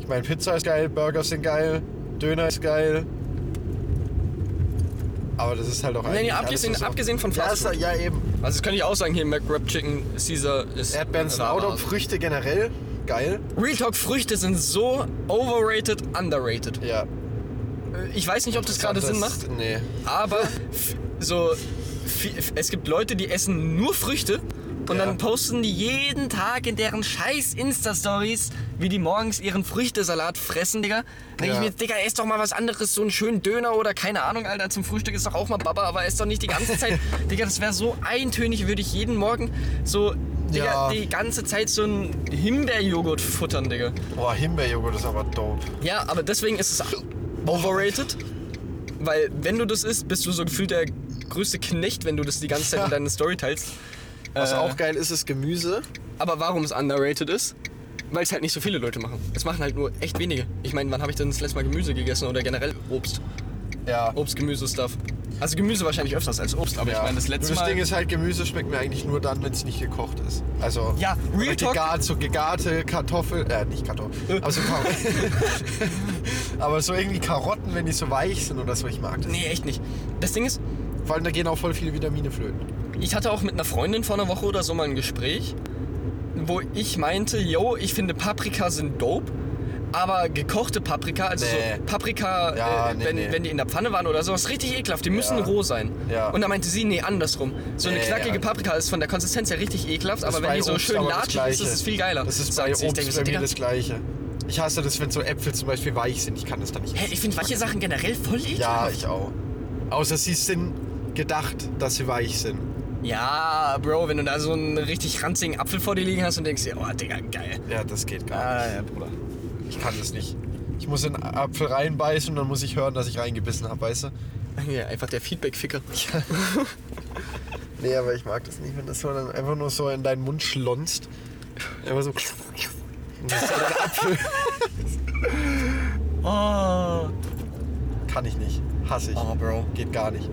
Ich meine, Pizza ist geil, Burger sind geil, Döner ist geil. Aber das ist halt auch
nee,
eigentlich
abgesehen-
alles so-
abgesehen von
ja,
Fast
ist,
Food.
ja, eben.
Also, das könnte ich auch sagen hier: McRib Chicken Caesar ist.
Erdbeeren sind
Salat.
auch noch Früchte generell geil.
Real Talk, Früchte sind so overrated, underrated. Äh,
Ja.
Ich weiß nicht, ob das gerade Sinn
Das-
macht,
Nee.
aber f- so, f- f- es gibt Leute, die essen nur Früchte und
Ja.
dann posten die jeden Tag in deren scheiß Insta-Stories, wie die morgens ihren Früchtesalat fressen, Digga. Dann denk
Ja.
ich mir, Digga, ess doch mal was anderes, so einen schönen Döner oder keine Ahnung, Alter, zum Frühstück ist doch auch mal Baba, aber ess doch nicht die ganze Zeit. Digga, das wäre so eintönig, würde ich jeden Morgen so, Digga,
Ja.
die ganze Zeit so einen Himbeerjoghurt futtern, Digga.
Boah, Himbeerjoghurt ist aber dope.
Ja, aber deswegen ist es overrated. Weil wenn du das isst, bist du so gefühlt der größte Knecht, wenn du das die ganze Zeit in
Ja.
deine Story teilst.
Was
Äh.
auch geil ist, ist Gemüse.
Aber warum es underrated ist? Weil es halt nicht so viele Leute machen. Es machen halt nur echt wenige. Ich meine, wann habe ich denn das letzte Mal Gemüse gegessen oder generell Obst?
Ja.
Obst, Gemüse, Stuff. Also Gemüse wahrscheinlich öfters als Obst, aber
ja.
Oh, ich meine, das letzte
Nur das
Mal.
Ding ist halt, Gemüse schmeckt mir eigentlich nur dann, wenn es nicht gekocht ist. Also
Ja, Real
oder
Talk.
gegart, so gegarte Kartoffel, äh, nicht Kartoffel, aber so, Kar aber so irgendwie Karotten, wenn die so weich sind oder so, ich mag das.
nee, echt nicht. Das Ding ist,
Vor allem, da gehen auch voll viele Vitamine flöten.
Ich hatte auch mit einer Freundin vor einer Woche oder so mal ein Gespräch, wo ich meinte, yo, ich finde Paprika sind dope, Aber gekochte Paprika, also
Nee.
so Paprika,
Ja,
äh,
nee,
wenn,
nee.
wenn die in der Pfanne waren oder so, ist richtig ekelhaft. Die müssen
Ja.
roh sein.
Ja.
Und da meinte sie, nee, andersrum. So eine
Nee,
knackige
ja.
Paprika ist von der Konsistenz her richtig ekelhaft,
Das
aber
ist
wenn
bei
die so
Obst
schön
aber das
latschig ist, ist
Gleiche.
es viel geiler.
Das ist bei
sagt sie. Ich
Obst
denke so,
bei mir
Digga,
das Gleiche. Ich hasse das, wenn so Äpfel zum Beispiel weich sind. Ich kann das dann nicht.
hä, ich finde manche Sachen generell voll ekelhaft.
ja, ich auch. Außer sie sind gedacht, dass sie weich sind.
Ja, Bro, wenn du da so einen richtig ranzigen Apfel vor dir liegen hast und denkst dir, oh, Digga, geil.
Ja, das geht gar
Ah,
nicht.
ja, Bruder.
Ich kann das nicht. Ich muss in einen Apfel reinbeißen und dann muss ich hören, dass ich reingebissen habe, weißt du?
Ja, einfach der Feedback-Ficker.
Nee, aber ich mag das nicht, wenn das so dann einfach nur so in deinen Mund schlonzt. Einfach so. Und das ist so ein Apfel.
Oh.
Kann ich nicht. Hasse ich.
Oh, Bro.
Geht gar nicht.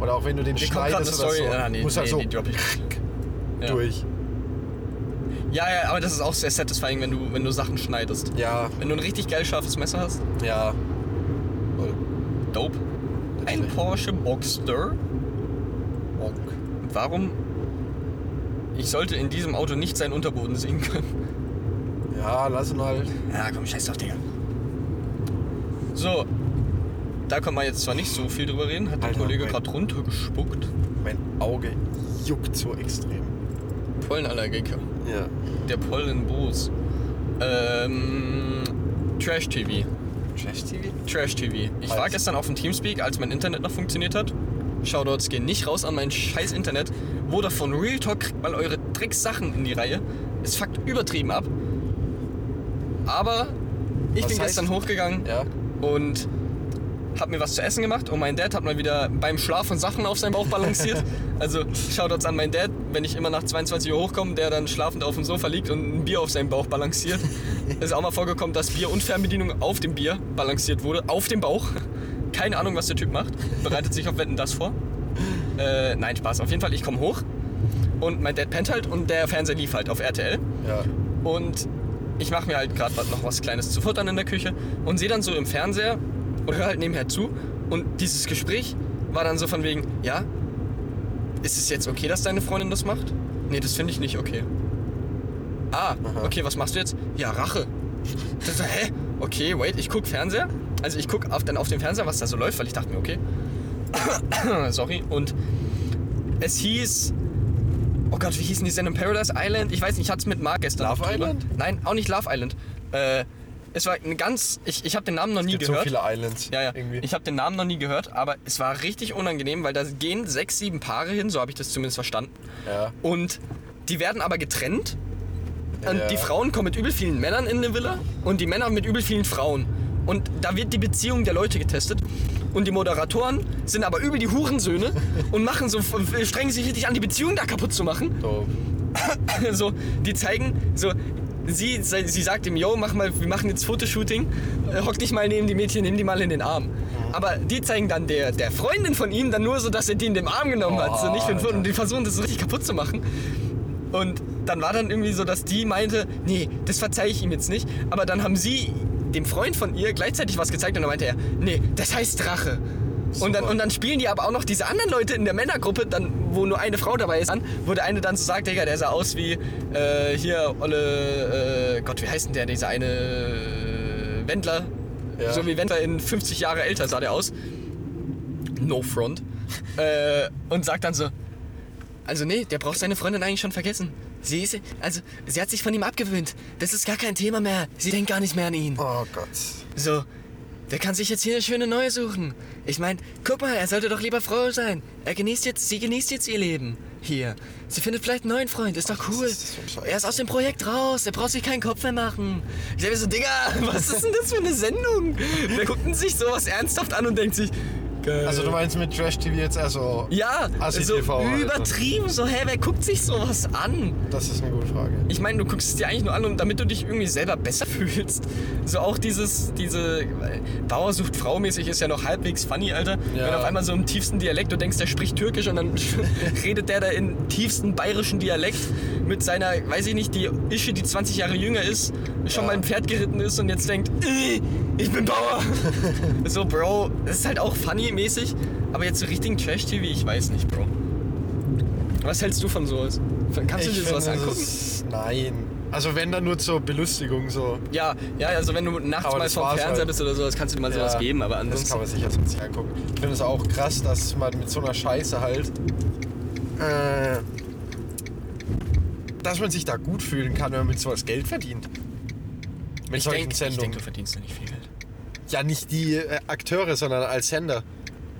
Oder auch wenn du den
Mir kommt gerade eine
schneidest oder
Story.
so.
Ah, nee,
muss halt
nee,
so
die dropp ich nicht. Ja.
durch.
Ja, ja, aber das ist auch sehr satisfying, wenn du, wenn du Sachen schneidest.
Ja,
Wenn du ein richtig geil scharfes Messer hast.
ja.
Dope. Ein Porsche Boxster. Warum? Ich sollte in diesem Auto nicht seinen Unterboden sehen können.
Ja, lass ihn halt.
Ja, komm, scheiß drauf, Digga. So. Da kann man jetzt zwar nicht so viel drüber reden, hat der
Alter,
Kollege
mein-
gerade runtergespuckt.
Mein Auge juckt so extrem.
Pollenallergiker.
Ja.
Der Pollenbus. Ähm. Trash TV.
Trash TV?
Trash TV. Ich war
Alles.
gestern auf dem Teamspeak, als mein Internet noch funktioniert hat. Shoutouts gehen nicht raus an mein scheiß Internet. Wurde von Real Talk kriegt mal eure Dreckssachen in die Reihe. Es fuckt übertrieben ab. Aber ich
Was
bin
heißt-
gestern hochgegangen
Ja.
und hab mir was zu essen gemacht und mein Dad hat mal wieder beim Schlafen Sachen auf seinem Bauch balanciert. Also Shoutouts an meinen Dad, wenn ich immer nach 22 Uhr hochkomme, der dann schlafend auf dem Sofa liegt und ein Bier auf seinem Bauch balanciert. ist auch mal vorgekommen, dass Bier und Fernbedienung auf dem Bier balanciert wurde, auf dem Bauch. Keine Ahnung, was der Typ macht. Bereitet sich auf Wetten das vor. Äh, nein, Spaß. Auf jeden Fall, ich komme hoch und mein Dad pennt halt und der Fernseher lief halt auf RTL.
Ja.
Und ich mache mir halt gerade noch was Kleines zu futtern in der Küche und sehe dann so im Fernseher und höre halt nebenher zu. Und dieses Gespräch war dann so von wegen, ja, ist es jetzt okay, dass deine Freundin das macht? Nee, das finde ich nicht okay. Ah, okay, was machst du jetzt? Ja, Rache. Das so, hä? Okay, wait, ich guck Fernseher. Also ich guck auf, dann auf dem Fernseher, was da so läuft, weil ich dachte mir, okay. Sorry. Und es hieß, Oh Gott, wie hießen die Sendung? Paradise Island? Ich weiß nicht, ich hatte es mit Mark gestern.
Love
noch drüber.
Island?
Nein, auch nicht Love Island. Äh, es war eine ganz. Ich, ich habe den Namen noch nie
Gibt so
gehört.
viele Islands.
ja, ja.
Irgendwie.
Ich habe den Namen noch nie gehört, aber es war richtig unangenehm, weil da gehen sechs, sieben Paare hin, so habe ich das zumindest verstanden.
ja.
Und die werden aber getrennt. Und
Ja.
die Frauen kommen mit übel vielen Männern in eine Villa und die Männer mit übel vielen Frauen. Und da wird die Beziehung der Leute getestet. Und die Moderatoren sind aber übel die Hurensöhne und machen so, strengen sich richtig an, die Beziehung da kaputt zu machen
Doof.
so, die zeigen, so, sie, sie sie sagt ihm, yo, mach mal, wir machen jetzt Fotoshooting, äh, hock dich mal neben die Mädchen, nimm die mal in den Arm.
Mhm.
Aber die zeigen dann der, der Freundin von ihm dann nur so, dass er die in den Arm genommen hat, so
Oh,
nicht für ein Foto.
Alter.
Und die versuchen das so richtig kaputt zu machen. Und dann war dann irgendwie so, dass die meinte, nee, das verzeihe ich ihm jetzt nicht. Aber dann haben sie dem Freund von ihr gleichzeitig was gezeigt und dann meinte er, nee, das heißt Drache. Und dann,
Super.
und dann spielen die aber auch noch diese anderen Leute in der Männergruppe, dann, wo nur eine Frau dabei ist, an, wo der eine dann so sagt, Digga, der sah aus wie äh, hier Olle, äh, Gott, wie heißt denn der, dieser eine äh, Wendler?
Ja.
So wie Wendler in 50 Jahre älter sah der aus. No front. äh, und sagt dann so, also nee, der braucht seine Freundin eigentlich schon vergessen. Sie ist, also, sie hat sich von ihm abgewöhnt. Das ist gar kein Thema mehr. Sie denkt gar nicht mehr an ihn.
Oh Gott.
So, der kann sich jetzt hier eine schöne neue suchen. Ich meine, guck mal, er sollte doch lieber froh sein. Er genießt jetzt, sie genießt jetzt ihr Leben. Hier. Sie findet vielleicht einen neuen Freund, ist doch cool.
ist das für ein Scheiß?
er ist aus dem Projekt raus, er braucht sich keinen Kopf mehr machen. Ich denke mir so, Digga, was ist denn das für eine Sendung? Wer guckt denn sich sowas ernsthaft an und denkt sich, geil.
Also du meinst halt, mit Trash TV jetzt also, eher so.
ja,
Assi
so
TV, Alter.
übertrieben, so, hä, wer guckt sich sowas an?
Das ist eine gute Frage.
Ich meine, du guckst es dir eigentlich nur an, um, damit du dich irgendwie selber besser fühlst. So auch dieses, diese weil Bauer sucht Frau mäßig ist ja noch halbwegs funny, Alter.
Ja.
Wenn auf einmal so im tiefsten Dialekt, du denkst, der spricht Türkisch und dann redet der da in tiefsten bayerischen Dialekt mit seiner, weiß ich nicht, die Ische, die 20 Jahre jünger ist, schon mal ein Pferd geritten ist und jetzt denkt, "Äh, ich bin Bauer. so, Bro, das ist halt auch funny mäßig, aber jetzt so richtigen Trash-TV, ich weiß nicht, Bro. Was hältst du von sowas? Kannst du
Ich
dir sowas
finde,
angucken?
das ist- Nein. Also wenn dann nur zur Belustigung so.
Ja, ja, also wenn du nachts
Aber
mal
das
vom
war's
Fernseher
halt.
bist oder so, das kannst du dir mal sowas
Ja,
geben, aber ansonsten.
Das kann man sich jetzt nicht angucken. Ich finde es auch krass, dass man mit so einer Scheiße halt. Äh, dass man sich da gut fühlen kann, wenn man mit sowas Geld verdient. Mit
ich
solchen
denke, ich
Sendungen.
denk, du verdienst da nicht viel Geld.
ja, nicht die äh, Akteure, sondern als Sender.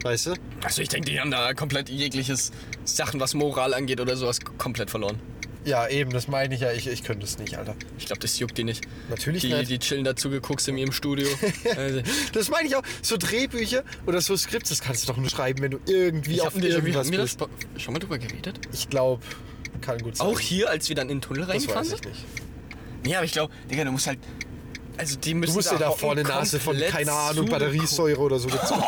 Weißt du?
Also ich denke, die haben da komplett jegliches Sachen, was Moral angeht oder sowas, komplett verloren.
Ja, eben, das meine ich ja. Ich, ich könnte es nicht, Alter.
Ich glaube, das juckt die nicht.
Natürlich
die,
nicht.
Die chillen da zugeguckt in ihrem Studio. also,
Das meine ich auch. So Drehbücher oder so Skripts, das kannst du doch nur schreiben, wenn du irgendwie
ich
auf
hab mir
irgendwas
schon,
bist.
schon mal drüber geredet? Also,
Ich glaube, kann gut sein.
Auch hier, als wir dann in den Tunnel
Das
reingefahren
weiß
sind?
ich nicht.
Ja, aber ich glaube, Digga, du musst halt. Also die müssen
Du musst dir da
hocken,
vorne Nase von,
komplett
keine Ahnung,
zugeguckt.
Batteriesäure oder so gezogen.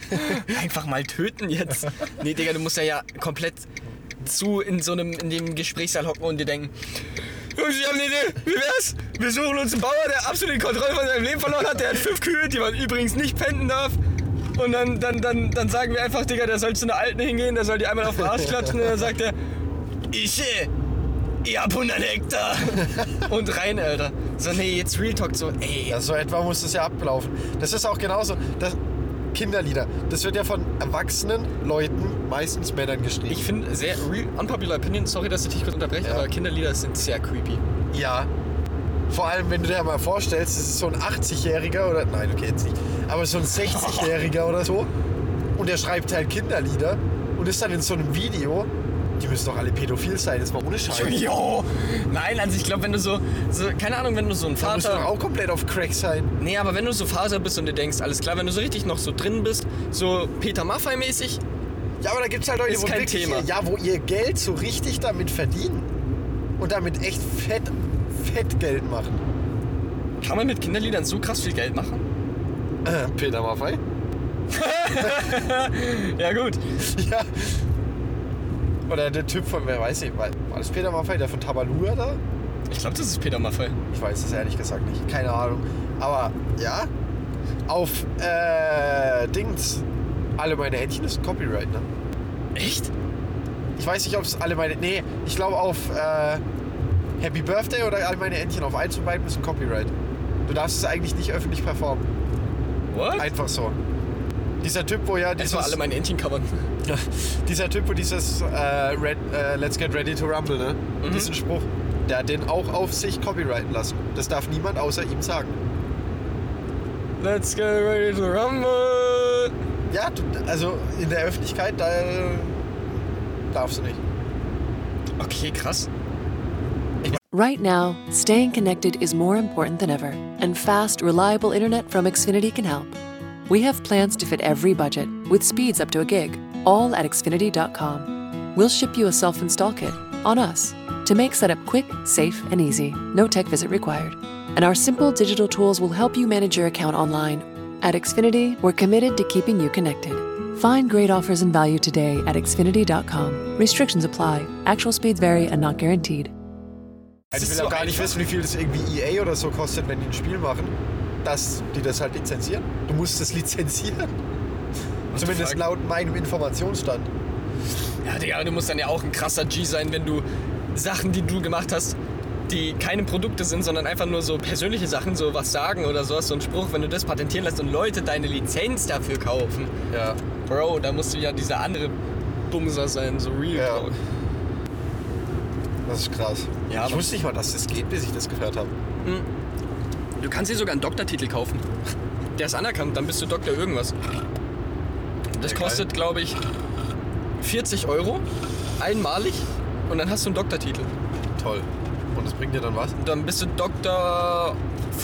Einfach mal töten jetzt. Nee, Digga, du musst ja ja komplett zu in so einem, in dem Gesprächssaal hocken und dir denken, Jungs, ich hab eine Idee, wie wär's? Wir suchen uns einen Bauer, der absolut die Kontrolle von seinem Leben verloren hat, der hat fünf Kühe, die man übrigens nicht penden darf. Und dann, dann, dann, dann sagen wir einfach, Digga, der soll zu einer Alten hingehen, der soll die einmal auf den Arsch klatschen und dann sagt er, ich, äh, ich hab 100 Hektar. Und rein, Alter. So, nee, jetzt Real Talk, so, ey,
Ja, so etwa muss das ja ablaufen. Das ist auch genauso. Das, Kinderlieder, das wird ja von erwachsenen Leuten, meistens Männern geschrieben.
Ich finde sehr real, unpopular opinion, sorry, dass ich dich kurz unterbreche, aber Kinderlieder sind sehr creepy.
ja. Vor allem, wenn du dir mal vorstellst, das ist so ein 80-Jähriger oder, nein, okay, jetzt nicht, aber so ein 60-Jähriger oder so und der schreibt halt Kinderlieder und ist dann in so einem Video, die müssen doch alle pädophil sein, jetzt mal ohne Scheiß.
Jo! Nein, also ich glaube, wenn du so, so, keine Ahnung, wenn du so ein
Da musst du doch
Vater.
auch komplett auf Crack sein.
Nee, aber wenn du so Vater bist und dir denkst, alles klar, wenn du so richtig noch so drin bist, so Peter Maffei-mäßig,
Ja, aber da gibt es halt Leute,
Ist
wo
kein
wirklich-
Thema.
Ja, wo ihr Geld so richtig damit verdienen und damit echt fett, fett Geld machen.
kann man mit Kinderliedern so krass viel Geld machen?
Äh, Peter Maffei?
Ja, gut.
Ja. Oder der Typ von, wer weiß ich, war, war das Peter Maffei, der von Tabalua da?
Ich glaube, das ist Peter Maffei.
Ich weiß es ehrlich gesagt nicht, keine Ahnung. Aber ja, auf äh, Dings, alle meine Händchen ist ein Copyright, ne?
Echt?
Ich weiß nicht, ob es alle meine, nee, ich glaube auf äh, Happy Birthday oder alle meine Händchen, auf eins und beiden ist ein Copyright. Du darfst es eigentlich nicht öffentlich performen,
What?
einfach so. Dieser Typ, wo ja
Das
dieses,
war alle meine Entchen covern.
Dieser Typ, wo dieses äh, Red, äh, Let's Get Ready to Rumble, ne?
Mhm.
Diesen Spruch, der hat den auch auf sich copyrighten lassen. Das darf niemand außer ihm sagen.
Let's get ready to rumble!
Ja, du, also in der Öffentlichkeit, da äh, darfst du nicht.
Okay, krass.
Right now, staying connected is more important than ever, and fast, reliable internet from Xfinity can help. We have plans to fit every budget with speeds up to a gig, all at Xfinity.com. We'll ship you a self install kit on us to make setup quick, safe, and easy, no tech visit required. And our simple digital tools will help you manage your account online. At Xfinity, we're committed to keeping you connected. Find great offers and value today at Xfinity.com. Restrictions apply, actual speeds vary and not guaranteed.
Das
Also
ist
ich will
so
auch gar nicht
einfach.
wissen, wie viel das irgendwie EA oder so kostet, wenn die ein Spiel machen, dass die das halt lizenzieren. Du musst es lizenzieren.
the
Zumindest
fuck?
laut meinem Informationsstand.
Ja, Digga, aber du musst dann ja auch ein krasser G sein, wenn du Sachen, die du gemacht hast, die keine Produkte sind, sondern einfach nur so persönliche Sachen, so was sagen oder sowas, so ein Spruch, wenn du das patentieren lässt und Leute deine Lizenz dafür kaufen.
Ja.
Bro, da musst du ja dieser andere Bumser sein, so real
Ja.
talk.
Das ist krass.
Ja,
ich
aber-
wusste nicht mal, dass das geht, bis ich das gehört habe.
Du kannst dir sogar einen Doktortitel kaufen. Der ist anerkannt, dann bist du Doktor irgendwas. Das
Ja, geil.
kostet, glaube ich, 40 Euro, einmalig, und dann hast du einen Doktortitel.
Toll. Und das bringt dir dann was?
dann bist du Doktor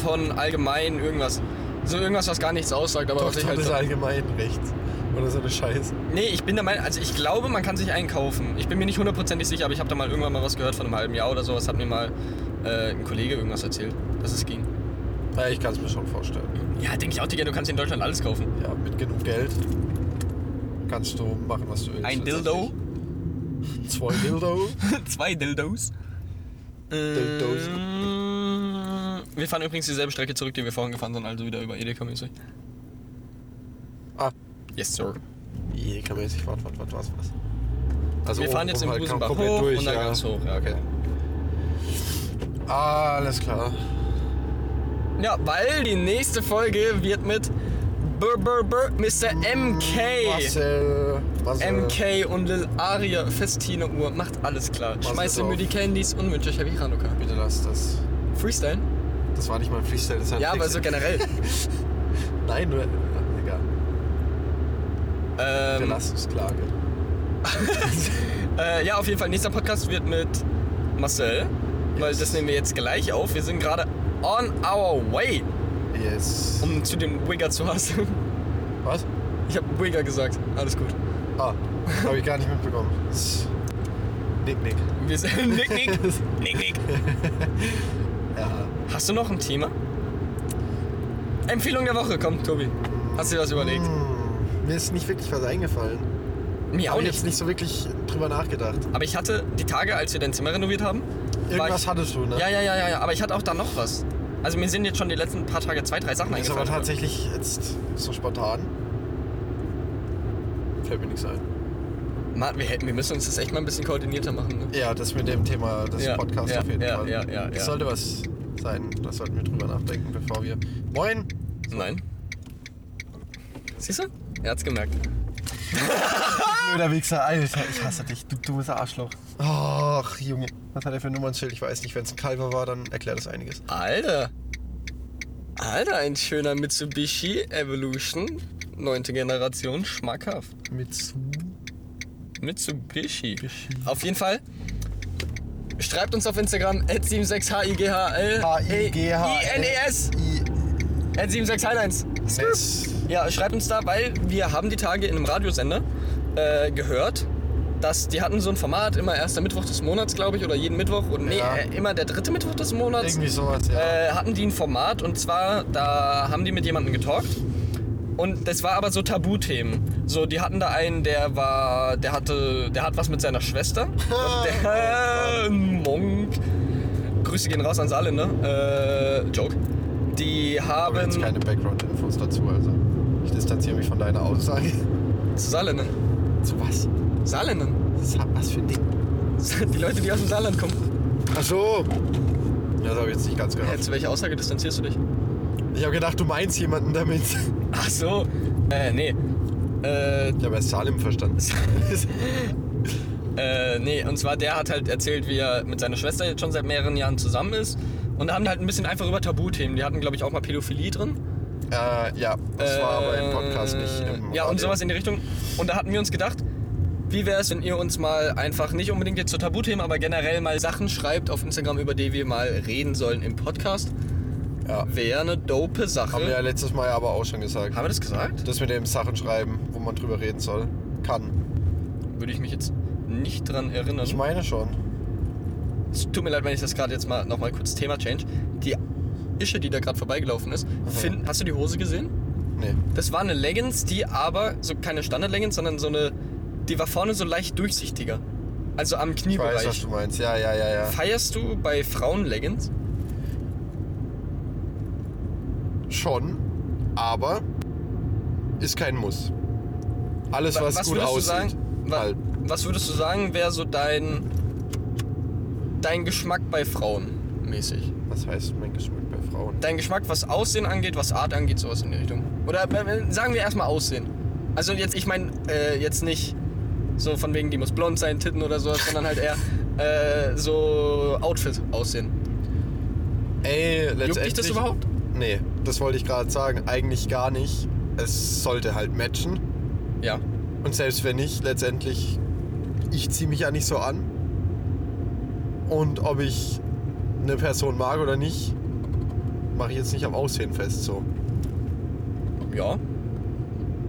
von allgemein irgendwas. So irgendwas, was gar nichts aussagt, aber was ich
Doktor
halt.
des Allgemeinrechts. Oder so eine Scheiße.
Nee, ich bin der Meinung, also ich glaube, man kann sich einkaufen. Ich bin mir nicht hundertprozentig sicher, aber ich habe da mal irgendwann mal was gehört von einem halben Jahr oder sowas, hat mir mal äh, ein Kollege irgendwas erzählt, dass es ging.
Ja, ich kann es mir schon vorstellen.
Ja, denke ich auch, Digga, du kannst in Deutschland alles kaufen.
Ja, mit genug Geld kannst du machen, was du willst.
Ein Dildo,
Zwei Dildo.
zwei Dildos.
Dildos.
Mm, Wir fahren übrigens dieselbe Strecke zurück, die wir vorhin gefahren sind, also wieder über Edeka mäßig.
Ah,
Yes, sir.
Edeka-mäßig. Warte, warte, warte, was, was? Also
Wir fahren jetzt im
halt
Busenbach Oh,
komplett
hoch
durch,
und dann ganz hoch. Ja, okay.
Alles klar.
Ja, weil die nächste Folge wird mit Br Br Br Mr. MK.
Marcel. Marcel.
MK und Lil Aria, Festine Uhr, macht alles klar. Schmeiße
drauf.
mir die Candies und wünsche euch Happy Hanukkah.
Bitte lass das.
Freestyle?
Das war nicht mein Freestyle. Das hat
Ja, aber
nichts-
so generell.
Nein, nur. Egal.
ähm,
Genau. Belastungsklage.
Äh, ja, auf jeden Fall. Nächster Podcast wird mit Marcel, weil das nehmen wir jetzt gleich auf. Wir sind gerade on our way,
Yes.
um zu dem Wigger zu hassen.
Was?
Ich habe Wigger gesagt. Alles gut.
Ah, habe ich gar nicht mitbekommen. S- Nick, nick.
Wir sind nick, nick, nick, nick.
Ja.
Hast du noch ein Thema? Empfehlung der Woche, komm, Tobi. Hast du dir was überlegt?
Hm, mir ist nicht wirklich was eingefallen.
Mir auch
Habe Hm. ich jetzt
nicht.
nicht so wirklich drüber nachgedacht.
Aber ich hatte die Tage, als wir dein Zimmer renoviert haben, war
Irgendwas
ich,
hattest du, ne?
Ja, ja, ja, ja, ja. Aber ich hatte auch da noch was. Also mir sind jetzt schon die letzten paar Tage zwei, drei Sachen
Ist aber
eingefallen.
tatsächlich jetzt so spontan. Fällt mir nichts ein.
Mann, wir, hätten, wir müssen uns das echt mal ein bisschen koordinierter machen. Ne?
Ja, das mit dem Thema des
Ja,
Podcasts
ja,
auf jeden
ja,
Fall.
ja, ja,
das
ja.
sollte was sein. Das sollten wir drüber nachdenken, bevor wir. Moin!
Nein. Siehst du? Er hat's gemerkt.
Blöder Wichser, Alter, ich hasse dich, du dummes Arschloch.
Ach, Junge. Was hat er für ein Nummernschild? Ich weiß nicht, wenn es ein Kalver war, dann erklärt das einiges.
Alter. Alter, ein schöner Mitsubishi Evolution. Neunte Generation, schmackhaft.
Mit Su.
Mitsubishi. Auf jeden Fall. Schreibt uns auf Instagram at 76highighl.
H-I-G-H-L.
INES. E At 76highlines.
Ness.
Ja, schreibt uns da, weil wir haben die Tage in einem Radiosender äh, gehört, dass die hatten so ein Format, immer erster Mittwoch des Monats, glaube ich, oder jeden Mittwoch, oder nee,
Ja.
äh, immer der dritte Mittwoch des Monats,
Irgendwie sowas, ja.
äh, hatten die ein Format und zwar, da haben die mit jemandem getalkt und das war aber so Tabuthemen. So, die hatten da einen, der war, der hatte, der hat was mit seiner Schwester. Und der, ein Monk. Grüße gehen raus ans alle, ne? Äh, Joke. Die haben.
Aber jetzt keine Background-Infos dazu, also. Ich distanziere mich von deiner Aussage.
Zu Saarländern.
Zu was?
Saarländern.
Das hat was für ein Ding.
Die Leute, die aus dem Saarland kommen.
Ach so. Ja, das habe ich jetzt nicht ganz
Hä,
gehört.
zu welcher Aussage distanzierst du dich?
Ich habe gedacht, du meinst jemanden damit.
Ach so. Äh, nee. Äh,
Ich habe erst Salim verstanden.
äh, nee, und zwar der hat halt erzählt, wie er mit seiner Schwester jetzt schon seit mehreren Jahren zusammen ist. Und da haben die halt ein bisschen einfach über Tabuthemen. Die hatten, glaube ich, auch mal Pädophilie drin.
äh, ja, das war aber im Podcast
Äh,
nicht. Im
Ja, und
Radio.
sowas in die Richtung. Und da hatten wir uns gedacht, wie wäre es, wenn ihr uns mal einfach nicht unbedingt jetzt zu Tabuthemen, aber generell mal Sachen schreibt auf Instagram, über die wir mal reden sollen im Podcast?
Ja.
Wäre eine dope Sache.
Haben wir ja letztes Mal aber auch schon gesagt.
Haben wir das gesagt?
Das mit dem Sachen schreiben, wo man drüber reden soll. Kann.
Würde ich mich jetzt nicht dran erinnern.
Ich meine schon.
es tut mir leid, wenn ich das gerade jetzt mal nochmal kurz Thema change. Die Ische, die da gerade vorbeigelaufen ist,
Mhm.
Finn, hast du die Hose gesehen?
Nee.
Das war eine Leggings, die aber, so keine Standard-Leggings, sondern so eine, die war vorne so leicht durchsichtiger. Also am
Ich weiß, was
Kniebereich.
du meinst. Ja, ja, ja, ja.
Feierst du bei Frauen Leggings?
Schon, aber ist kein Muss. Alles,
Wa-
was, gut
würdest
aussieht.
du sagen, wa
halt.
was würdest du sagen, wäre so dein, dein Geschmack bei Frauen mäßig?
Was heißt mein Geschmack bei Frauen?
dein Geschmack, was Aussehen angeht, was Art angeht, sowas in die Richtung. Oder äh, äh, sagen wir erstmal Aussehen. Also jetzt, ich meine, äh, jetzt nicht so von wegen, die muss blond sein, Titten oder sowas, sondern halt eher äh, so Outfit-Aussehen.
Ey, letztendlich.
dich das überhaupt?
Nee, das wollte ich gerade sagen. Eigentlich gar nicht. Es sollte halt matchen.
Ja.
Und selbst wenn nicht, letztendlich, ich ziehe mich ja nicht so an. Und ob ich eine Person mag oder nicht, mache ich jetzt nicht am Aussehen fest. So.
Ja.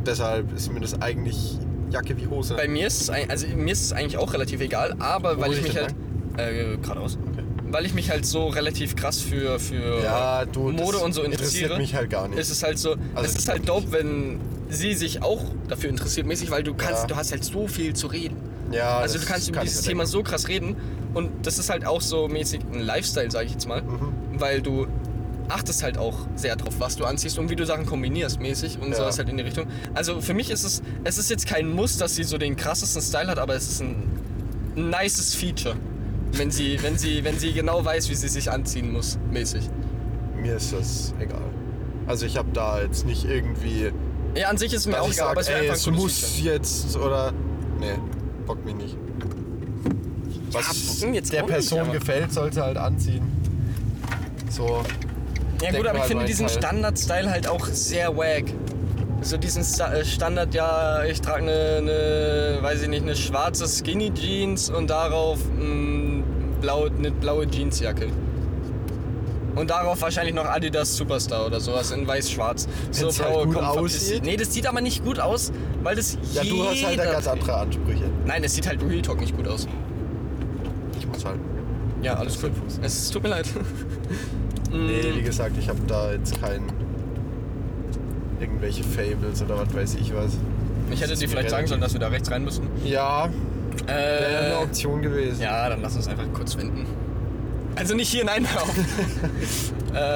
Deshalb ist mir das eigentlich Jacke wie Hose.
Bei mir ist es, ein- also mir ist es eigentlich auch relativ egal, aber
Wo
weil
will
ich mich
ich denn
halt. Äh, geradeaus.
Okay.
Weil ich mich halt so relativ krass für, für
Ja, du, das
Mode und so interessiere.
interessiert mich halt gar nicht. Also
Ist es halt so, es ist halt dope, wenn sie sich auch dafür interessiert, mäßig, weil du kannst,
Ja.
du hast halt so viel zu reden.
ja,
Also
das
du kannst über
kann ich halt
dieses
mir
Thema so krass reden und das ist halt auch so mäßig ein Lifestyle, sage ich jetzt mal,
Mhm.
weil du achtest halt auch sehr drauf, was du anziehst und wie du Sachen kombinierst mäßig und
Ja.
sowas halt in die Richtung. Also für mich ist es, es ist jetzt kein Muss, dass sie so den krassesten Style hat, aber es ist ein nices Feature. Wenn sie, wenn sie, wenn sie genau weiß, wie sie sich anziehen muss, mäßig.
Mir ist das egal. Also ich habe da jetzt nicht irgendwie,
Ja, an sich ist mir
dass
auch
ich
egal, aber
sage,
es wäre
ey,
einfach
es
ein cooles
muss jetzt oder... Nee, bockt mich nicht. Was
bocken jetzt
der
auch nicht,
Person
aber-
gefällt, sollte halt anziehen. So,
Ja gut,
Denk
aber ich
mal
finde
mein
diesen
Teil.
Standard-Style halt auch sehr wack. So diesen Sta äh, Standard, ja, ich trage eine, ne, weiß ich nicht, eine schwarze Skinny Jeans und darauf mh, blaue, eine blaue Jeansjacke. Und darauf wahrscheinlich noch Adidas Superstar oder sowas in weiß-schwarz. So
Wenn's halt gut
Komfort-
aussieht.
Nee, das sieht aber nicht gut aus, weil das
ja, du hast halt da
jeder
ganz andere Ansprüche.
Nein, das sieht halt Real Talk nicht gut aus.
Ich muss halt...
Ja, alles gut. Es tut mir leid.
Nee, wie gesagt, ich habe da jetzt kein... Irgendwelche Fables oder was weiß ich was.
Ich hätte dir vielleicht sagen sollen, dass wir da rechts rein müssen.
Ja, wäre
Äh,
eine Option gewesen.
Ja, dann lass uns einfach kurz wenden. Also nicht hier, nein, hör auf.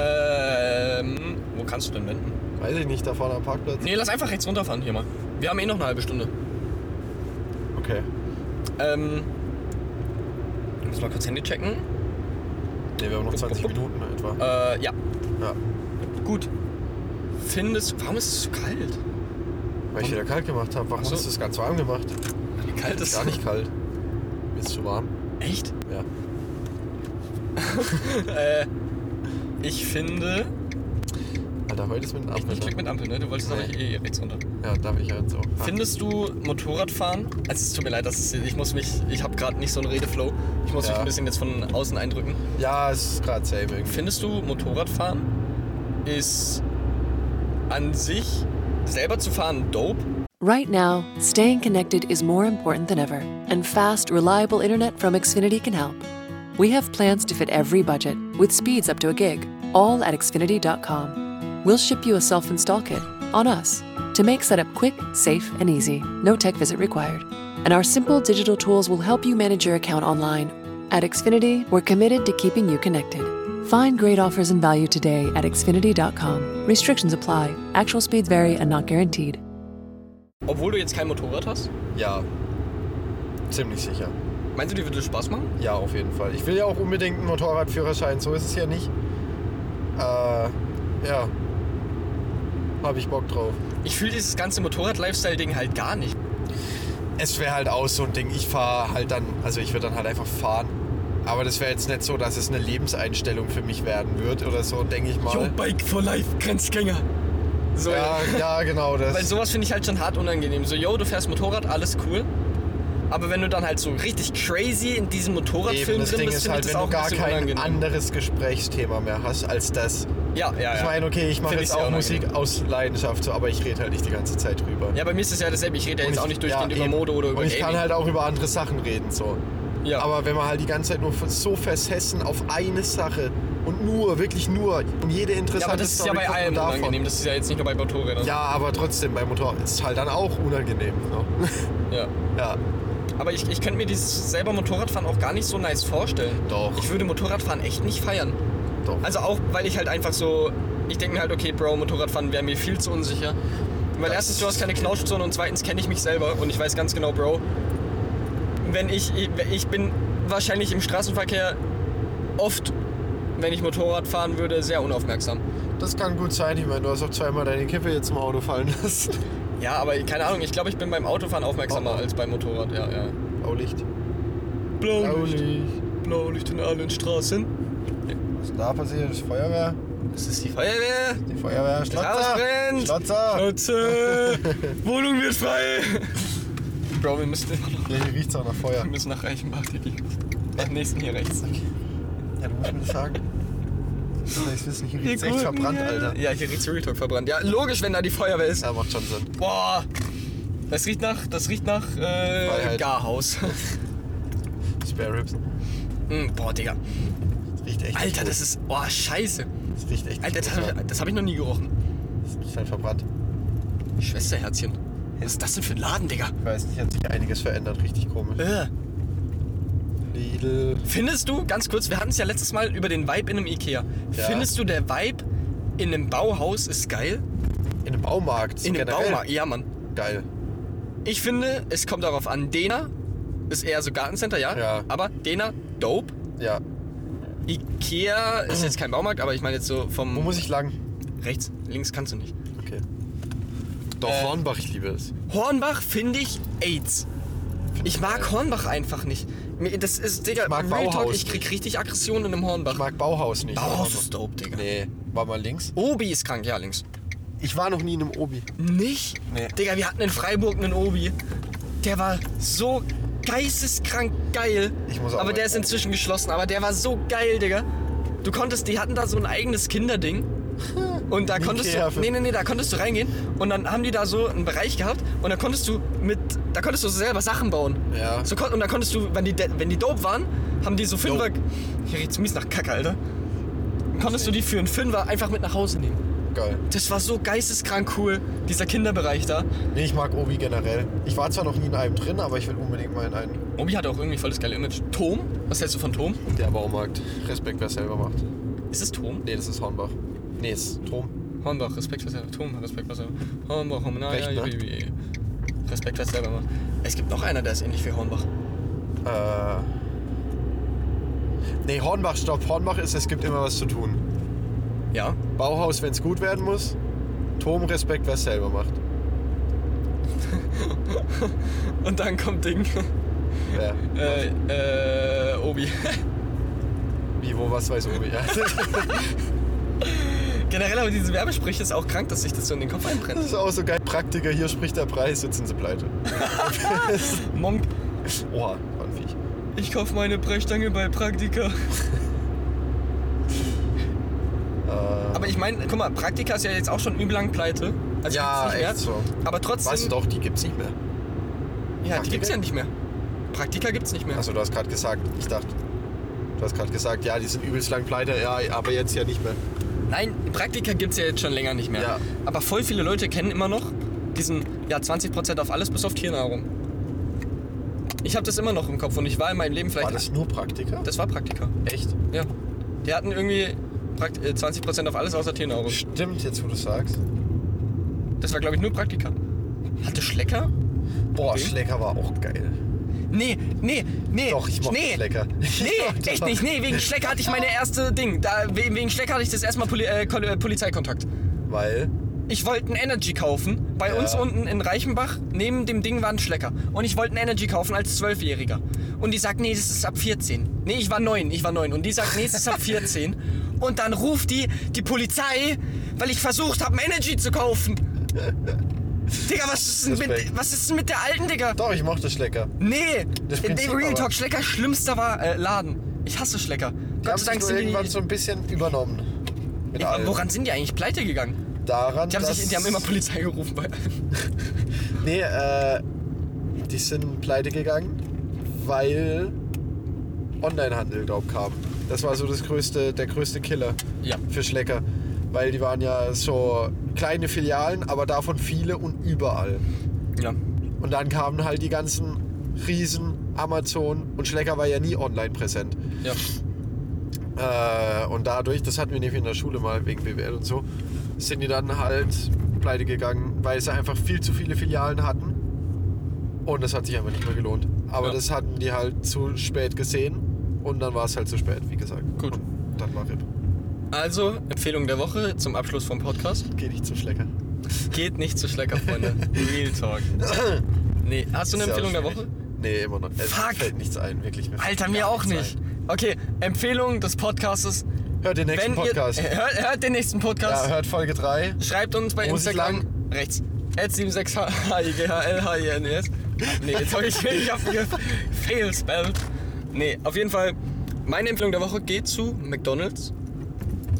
ähm, wo kannst du denn wenden?
Weiß ich nicht, da vorne am Parkplatz.
Nee, lass einfach rechts runterfahren hier mal. Wir haben eh noch eine halbe Stunde.
Okay.
Ähm, ich muss mal kurz Handy checken.
Nee, wir haben noch 20 Minuten etwa.
Äh, ja,
Ja.
gut. Findest, warum ist es so kalt?
Weil ich wieder kalt gemacht habe. Warum
Ach so.
hast du es ganz warm gemacht?
Kalt ist
Gar nicht kalt. Mir Ist zu warm.
Echt? Äh,
Ja.
Ich finde.
Alter, heute ist mit den Ampeln.
Ich klick
ne?
mit Ampel, ne? Du wolltest
Nee.
aber eh rechts runter.
Ja, darf ich ja jetzt auch.
Findest du Motorradfahren? Also es tut mir leid, dass es, ich muss mich, ich habe gerade nicht so einen Redeflow. Ich muss mich
Ja.
ein bisschen jetzt von außen eindrücken.
Ja, es ist gerade same irgendwie.
Findest du Motorradfahren ist an sich selber zu fahren dope?
Right now, staying connected is more important than ever, and fast, reliable internet from Xfinity can help. We have plans to fit every budget with speeds up to a gig, all at Xfinity.com. We'll ship you a self install kit on us to make setup quick, safe, and easy, no tech visit required. And our simple digital tools will help you manage your account online. At Xfinity, we're committed to keeping you connected. Find great offers and value today at Xfinity.com. Restrictions apply, actual speeds vary and not guaranteed.
Obwohl du jetzt kein Motorrad hast?
Ja. Ziemlich sicher.
Meinst du, dir würde es Spaß machen?
Ja, auf jeden Fall. Ich will ja auch unbedingt einen Motorradführerschein. So ist es ja nicht. Äh, ja. Habe ich Bock drauf.
Ich fühle dieses ganze Motorrad-Lifestyle-Ding halt gar nicht.
es wäre halt auch so ein Ding, ich fahre halt dann, also ich würde dann halt einfach fahren. Aber das wäre jetzt nicht so, dass es eine Lebenseinstellung für mich werden wird oder so, denke ich mal.
Bike for Life, Grenzgänger. So,
Ja, ja, genau das.
Weil sowas finde ich halt schon hart unangenehm. So, yo, du fährst Motorrad, alles cool. Aber wenn du dann halt so richtig crazy in diesem
Eben,
Motorradfilm
das
drin
Ding
bist,
ist
finde
halt,
ich
wenn
das auch
du gar
ein
kein
bisschen unangenehm.
anderes Gesprächsthema mehr hast als das.
ja, ja, ja.
Ich meine, okay, ich mache
Find
jetzt
sehr
auch
unangenehm.
Musik aus Leidenschaft, so, aber ich rede halt nicht die ganze Zeit drüber.
Ja, bei mir ist es ja dasselbe. Ich rede ja
Und
jetzt
ich-
auch nicht durchgehend
ja,
über
eben.
Mode oder über
Und ich kann
Gaming.
halt auch über andere Sachen reden, so.
ja.
Aber wenn man halt die ganze Zeit nur so versessen auf eine Sache und nur, wirklich nur, und jede interessante
ja, aber das ist ja
Story
bei
kommt nur
allem
davon.
unangenehm. Das ist ja jetzt nicht nur bei Motorrädern.
Ja, aber trotzdem, beim Motorrad ist es halt dann auch unangenehm. So.
Ja.
ja.
Aber ich, ich könnte mir dieses selber Motorradfahren auch gar nicht so nice vorstellen.
Doch.
Ich würde Motorradfahren echt nicht feiern.
Doch.
Also auch, weil ich halt einfach so, ich denke mir halt, okay, Bro, Motorradfahren wäre mir viel zu unsicher. Weil
Das
erstens, du hast keine
ist-
Knautschzone und zweitens kenne ich mich selber und ich weiß ganz genau, Bro, wenn ich, ich, ich bin wahrscheinlich im Straßenverkehr oft, wenn ich Motorrad fahren würde, sehr unaufmerksam.
Das kann gut sein. Ich meine, du hast auch zweimal deine Kippe jetzt im Auto fallen lassen.
Ja, aber keine Ahnung, ich glaube, ich bin beim Autofahren aufmerksamer
Oh, oh.
als beim Motorrad, ja, ja.
Blaulicht.
Blaulicht,
Blaulicht.
Blaulicht in allen Straßen.
Was ist da passiert? Das Feuerwehr?
Das ist die Feuerwehr.
Die Feuerwehr.
Rausbrennt!
Schlotzer!
Schlotze! Wohnung wird frei! Bro, wir müssen immer noch.
Ja, hier riecht's auch nach Feuer.
Wir müssen nach Reichenbach, Digi. Am nächsten hier rechts.
Ja, du musst mir das sagen. Ich weiß nicht, hier riecht's echt
Gurken,
verbrannt,
ja.
Alter.
Ja, hier riecht's Real Talk verbrannt. Ja, logisch, wenn da die Feuerwehr ist.
Ja, macht schon Sinn.
Boah! Das riecht nach. Das riecht nach. Äh,
Freiheit.
Garhaus.
Spare Ribs.
Hm, Boah, Digga.
Das riecht echt.
Alter,
gut.
das ist. Oh, scheiße.
Das riecht echt.
Alter, das,
gut,
hab-
ja.
das habe ich noch nie gerochen.
Das riecht halt verbrannt.
Schwesterherzchen. Was ist das denn für ein Laden, Digga?
Ich weiß nicht, hat sich einiges verändert. Richtig komisch.
Äh.
Lidl.
Findest du, ganz kurz, wir hatten es ja letztes Mal über den Vibe in einem Ikea.
Ja.
Findest du, der Vibe in einem Bauhaus ist geil?
In einem Baumarkt.
In einem
generell.
Baumarkt, ja, Mann.
Geil.
Ich finde, es kommt darauf an. Dena ist eher so Gartencenter, ja.
Ja.
Aber Dena dope.
Ja.
Ikea ist jetzt kein Baumarkt, aber ich meine jetzt so vom
Wo muss ich lang?
rechts, links kannst du nicht.
Okay. Doch,
Äh.
Hornbach, ich liebe es.
Hornbach finde ich AIDS. Ich mag Hornbach einfach nicht. Mir- Das ist, Digga,
Ich mag
Real Talk,
Bauhaus
ich krieg
nicht.
richtig Aggression in einem Hornbach.
Ich mag Bauhaus nicht.
Bauhaus ist dope, Digga.
Nee, war mal links.
Obi ist krank, ja, links.
Ich war noch nie in einem Obi.
Nicht?
Nee.
Digga, wir hatten in Freiburg einen Obi. Der war so geisteskrank geil.
Ich muss auch
aber
mal-
der ist inzwischen geschlossen, aber der war so geil, Digga. Du konntest, die hatten da so ein eigenes Kinderding. Und da konntest
Ikea
du.
für-
Nee, nee, nee, da konntest du reingehen und dann haben die da so einen Bereich gehabt und da konntest du mit. Da konntest du selber Sachen bauen.
Ja.
So, kon- und da konntest du, wenn die, de- wenn die dope waren, haben die so Fünfer. Hier riecht's mies nach Kacke, Alter. Konntest du die für einen Fünfer einfach mit nach Hause nehmen.
Geil.
Das war so geisteskrank cool, dieser Kinderbereich da.
Nee, ich mag Obi generell. Ich war zwar noch nie in einem drin, aber ich will unbedingt mal in einen.
Obi hat auch irgendwie voll das geile Image. Tom? Was hältst du von Tom?
Der Baumarkt. Respekt, wer es selber macht.
Ist es Tom?
Nee, das ist Hornbach. Nee, es ist Trom.
Hornbach, Respekt, was er Tom, Respekt, was er Hornbach, Hornbach,
Recht,
ja,
ne?
ja, ja, ja. Respekt, was er selber macht. Es gibt noch einer, der ist ähnlich wie Hornbach.
Äh. Nee, Hornbach, stopp. Hornbach ist, es gibt immer was zu tun.
Ja?
Bauhaus, wenn es gut werden muss. Tom, Respekt, wer es selber macht.
Und dann kommt Ding.
Ja.
Äh, äh, Obi.
Wie, wo, was weiß Obi. Ja.
Generell aber diese Werbesprüche ist auch krank, dass sich das so in den Kopf einbrennt.
Das ist auch so geil. Praktiker, hier spricht der Preis, jetzt sind sie pleite.
Monk,
Oha, war ein Viech.
ich kauf meine Brechstange bei Praktika.
Äh,
Aber ich meine, guck mal, Praktika ist ja jetzt auch schon übel lang pleite. Also
Ja,
gibt's nicht mehr.
echt so.
Aber trotzdem.
weißt du doch, die gibt's nicht mehr.
Ja, die
Praktika?
gibt's ja nicht mehr. Praktika gibt's nicht mehr.
Achso, Also, du hast gerade gesagt, ich dachte, du hast gerade gesagt, ja, die sind übelst lang pleite, ja, aber jetzt ja nicht mehr.
Nein, Praktika gibt's ja jetzt schon länger nicht mehr.
Ja.
Aber voll viele Leute kennen immer noch diesen, ja, 20% auf alles bis auf Tiernahrung. Ich habe das immer noch im Kopf und ich war in meinem Leben vielleicht.
War das nur Praktiker?
das war Praktika.
Echt?
Ja. Die hatten irgendwie Prakt äh, 20% auf alles außer Tiernahrung.
Stimmt, jetzt wo du sagst.
Das war, glaube ich, nur Praktika. Hatte Schlecker?
Boah,
Okay.
Schlecker war auch geil.
Nee, nee, nee.
Doch, ich mochte
nee.
Schlecker. Ich
Nee,
mochte-
echt nicht. Nee, wegen Schlecker hatte ich meine erste Ding. Da, we- wegen Schlecker hatte ich das erstmal Poli äh, Kol- äh, Polizeikontakt.
Weil,
Ich wollte einen Energy kaufen. Bei
Ja.
uns unten in Reichenbach, neben dem Ding war ein Schlecker. Und ich wollte einen Energy kaufen als Zwölfjähriger. Und die sagt, nee, das ist ab 14. Nee, ich war neun, ich war neun. Und die sagt, nee, das ist ab 14. Und dann ruft die die Polizei, weil ich versucht habe, einen Energy zu kaufen. Digga, was ist, denn mit,
Respekt.
was ist denn mit der alten, Digga?
doch, ich mochte Schlecker.
Nee,
Das
in
Prinzip
dem Real
aber.
Talk, Schlecker schlimmster war, äh, Laden. Ich hasse Schlecker.
Die haben sich nur irgendwann so ein bisschen übernommen. Mit
Ja,
allem.
woran sind die eigentlich pleite gegangen?
Daran,
Die haben,
dass,
sich, die haben immer Polizei gerufen bei
Nee, äh, die sind pleite gegangen, weil Onlinehandel, glaub kam. Das war so das größte, der größte Killer
Ja.
für Schlecker. Weil die waren ja so kleine Filialen, aber davon viele und überall.
Ja.
Und dann kamen halt die ganzen Riesen, Amazon und Schlecker war ja nie online präsent.
Ja.
Äh, und dadurch, das hatten wir nämlich in der Schule mal wegen BWL und so, sind die dann halt pleite gegangen, weil sie einfach viel zu viele Filialen hatten. Und das hat sich einfach nicht mehr gelohnt. Aber
Ja.
das hatten die halt zu spät gesehen und dann war es halt zu spät, wie gesagt.
Gut.
Und dann war RIP.
Also, Empfehlung der Woche zum Abschluss vom Podcast.
Geh nicht zum Schlecker.
Geht nicht zu Schlecker, Freunde. Real Talk. Nee, hast du eine
Ist ja
Empfehlung der
schwierig.
Woche?
Nee, immer noch. Es
Fuck.
fällt nichts ein, wirklich. Mir fällt
Alter,
gar
mir auch
nichts
nicht. Okay, Empfehlung des Podcastes.
Ein. Hört den nächsten
Wenn
Podcast.
ihr, hört, hört den nächsten
ja,
Podcast.
hört Folge 3.
Schreibt uns bei
Muss ich
Instagram. Rechts. At 76HIGHLHINS. E Nee, jetzt habe ich mich auf failspelled. Nee, auf jeden Fall, meine Empfehlung der Woche geht zu McDonalds.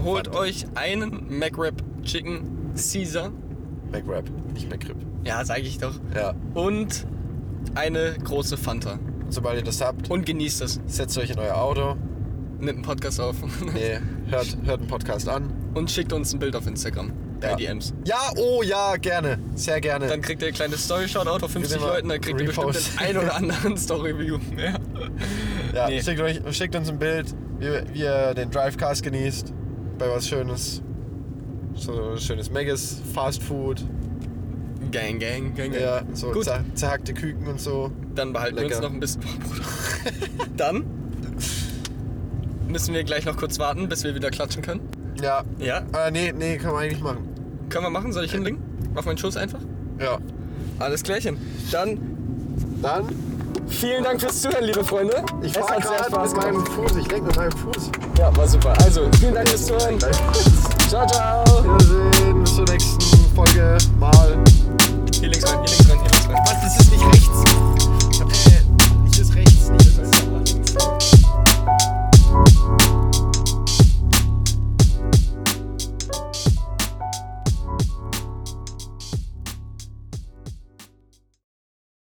Holt
Warte.
euch einen McWrap Chicken Caesar.
McRap, nicht McRib.
Ja, sage ich doch.
Ja.
Und eine große Fanta.
Sobald ihr das habt,
Und genießt es.
setzt euch in euer Auto.
Nimmt einen Podcast auf.
Nee, hört, hört einen Podcast an.
Und schickt uns ein Bild auf Instagram. Bei
Ja.
DMs.
Ja, oh ja, gerne. Sehr gerne.
Dann kriegt ihr ein kleines Story-Shoutout auf 50
Wieder mal
Leuten. Dann kriegt ihr bestimmt
Repost.
den ein oder anderen Story-View mehr.
ja,
nee.
schickt, euch, schickt uns ein Bild, wie, wie ihr den Drivecast genießt. Bei was Schönes. So ein schönes Megas, Fast Food.
Gang, gang, gang, gang.
Ja, so
Gut,
zer- zerhackte Küken und so.
dann behalten wir uns
lecker.
noch ein bisschen, Bruder. dann müssen wir gleich noch kurz warten, bis wir wieder klatschen können.
Ja.
Ja.
Äh, nee, nee, kann man eigentlich machen.
Können wir machen? Soll ich hinlegen? Auf meinen Schoß einfach?
Ja.
Alles klärchen. Dann
Dann,
vielen Dank fürs Zuhören, liebe Freunde.
ich fahre gerade mit meinem Fuß, ich lenke mit meinem Fuß.
Ja, war super. Also, vielen Dank fürs Zuhören. Ciao, ciao.
Wiedersehen, bis zur nächsten Folge. Mal.
Hier links rein, hier links rein, hier links rein.
Was, das ist nicht rechts? äh,